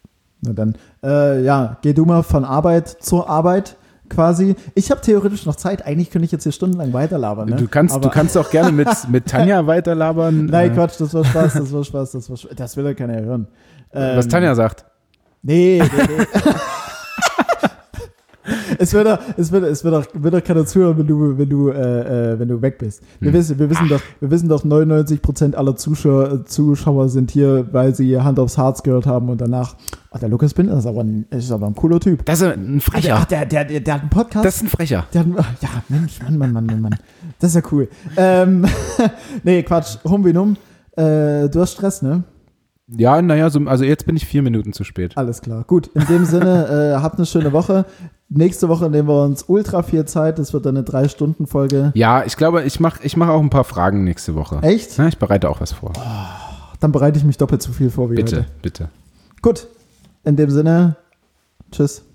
S1: Na dann, äh, ja, geh du mal von Arbeit zur Arbeit quasi. Ich habe theoretisch noch Zeit. Eigentlich könnte ich jetzt hier stundenlang weiterlabern. Ne?
S2: Du kannst,
S1: Aber,
S2: du kannst auch
S1: [laughs]
S2: gerne mit, mit Tanja weiterlabern.
S1: Nein,
S2: äh,
S1: Quatsch, das war Spaß, das war Spaß, das war Spaß. Das will ja keiner hören. Ähm,
S2: was Tanja sagt.
S1: Nee, nee, nee. Es wird doch, es wird, es wird doch, wird doch keiner zuhören, wenn du, wenn du, äh, äh, wenn du weg bist. Wir wissen, wir wissen doch, wir wissen doch, 99 Prozent aller Zuschauer, Zuschauer sind hier, weil sie Hand aufs Harz gehört haben und danach, ach, der Lukas Binder ist aber ein, ist aber ein cooler Typ.
S2: Das ist ein
S1: Ach,
S2: Frecher.
S1: der, der, der, der hat einen Podcast.
S2: Das ist ein Frecher.
S1: Der hat, ja, Mensch, Mann, Mann, Mann, Mann, Mann. Das ist ja cool. Ähm, [laughs] nee, Quatsch, hum wie num. Äh, du hast Stress, ne?
S2: Ja, naja, so, also jetzt bin ich vier Minuten zu spät.
S1: Alles klar. Gut, in dem Sinne, äh, habt eine schöne Woche. Nächste Woche nehmen wir uns ultra viel Zeit. Das wird dann eine Drei-Stunden-Folge.
S2: Ja, ich glaube, ich mache ich mach auch ein paar Fragen nächste Woche.
S1: Echt?
S2: Na, ich bereite auch was vor.
S1: Dann bereite ich mich doppelt so viel vor wie
S2: bitte,
S1: heute.
S2: bitte.
S1: Gut, in dem Sinne, tschüss.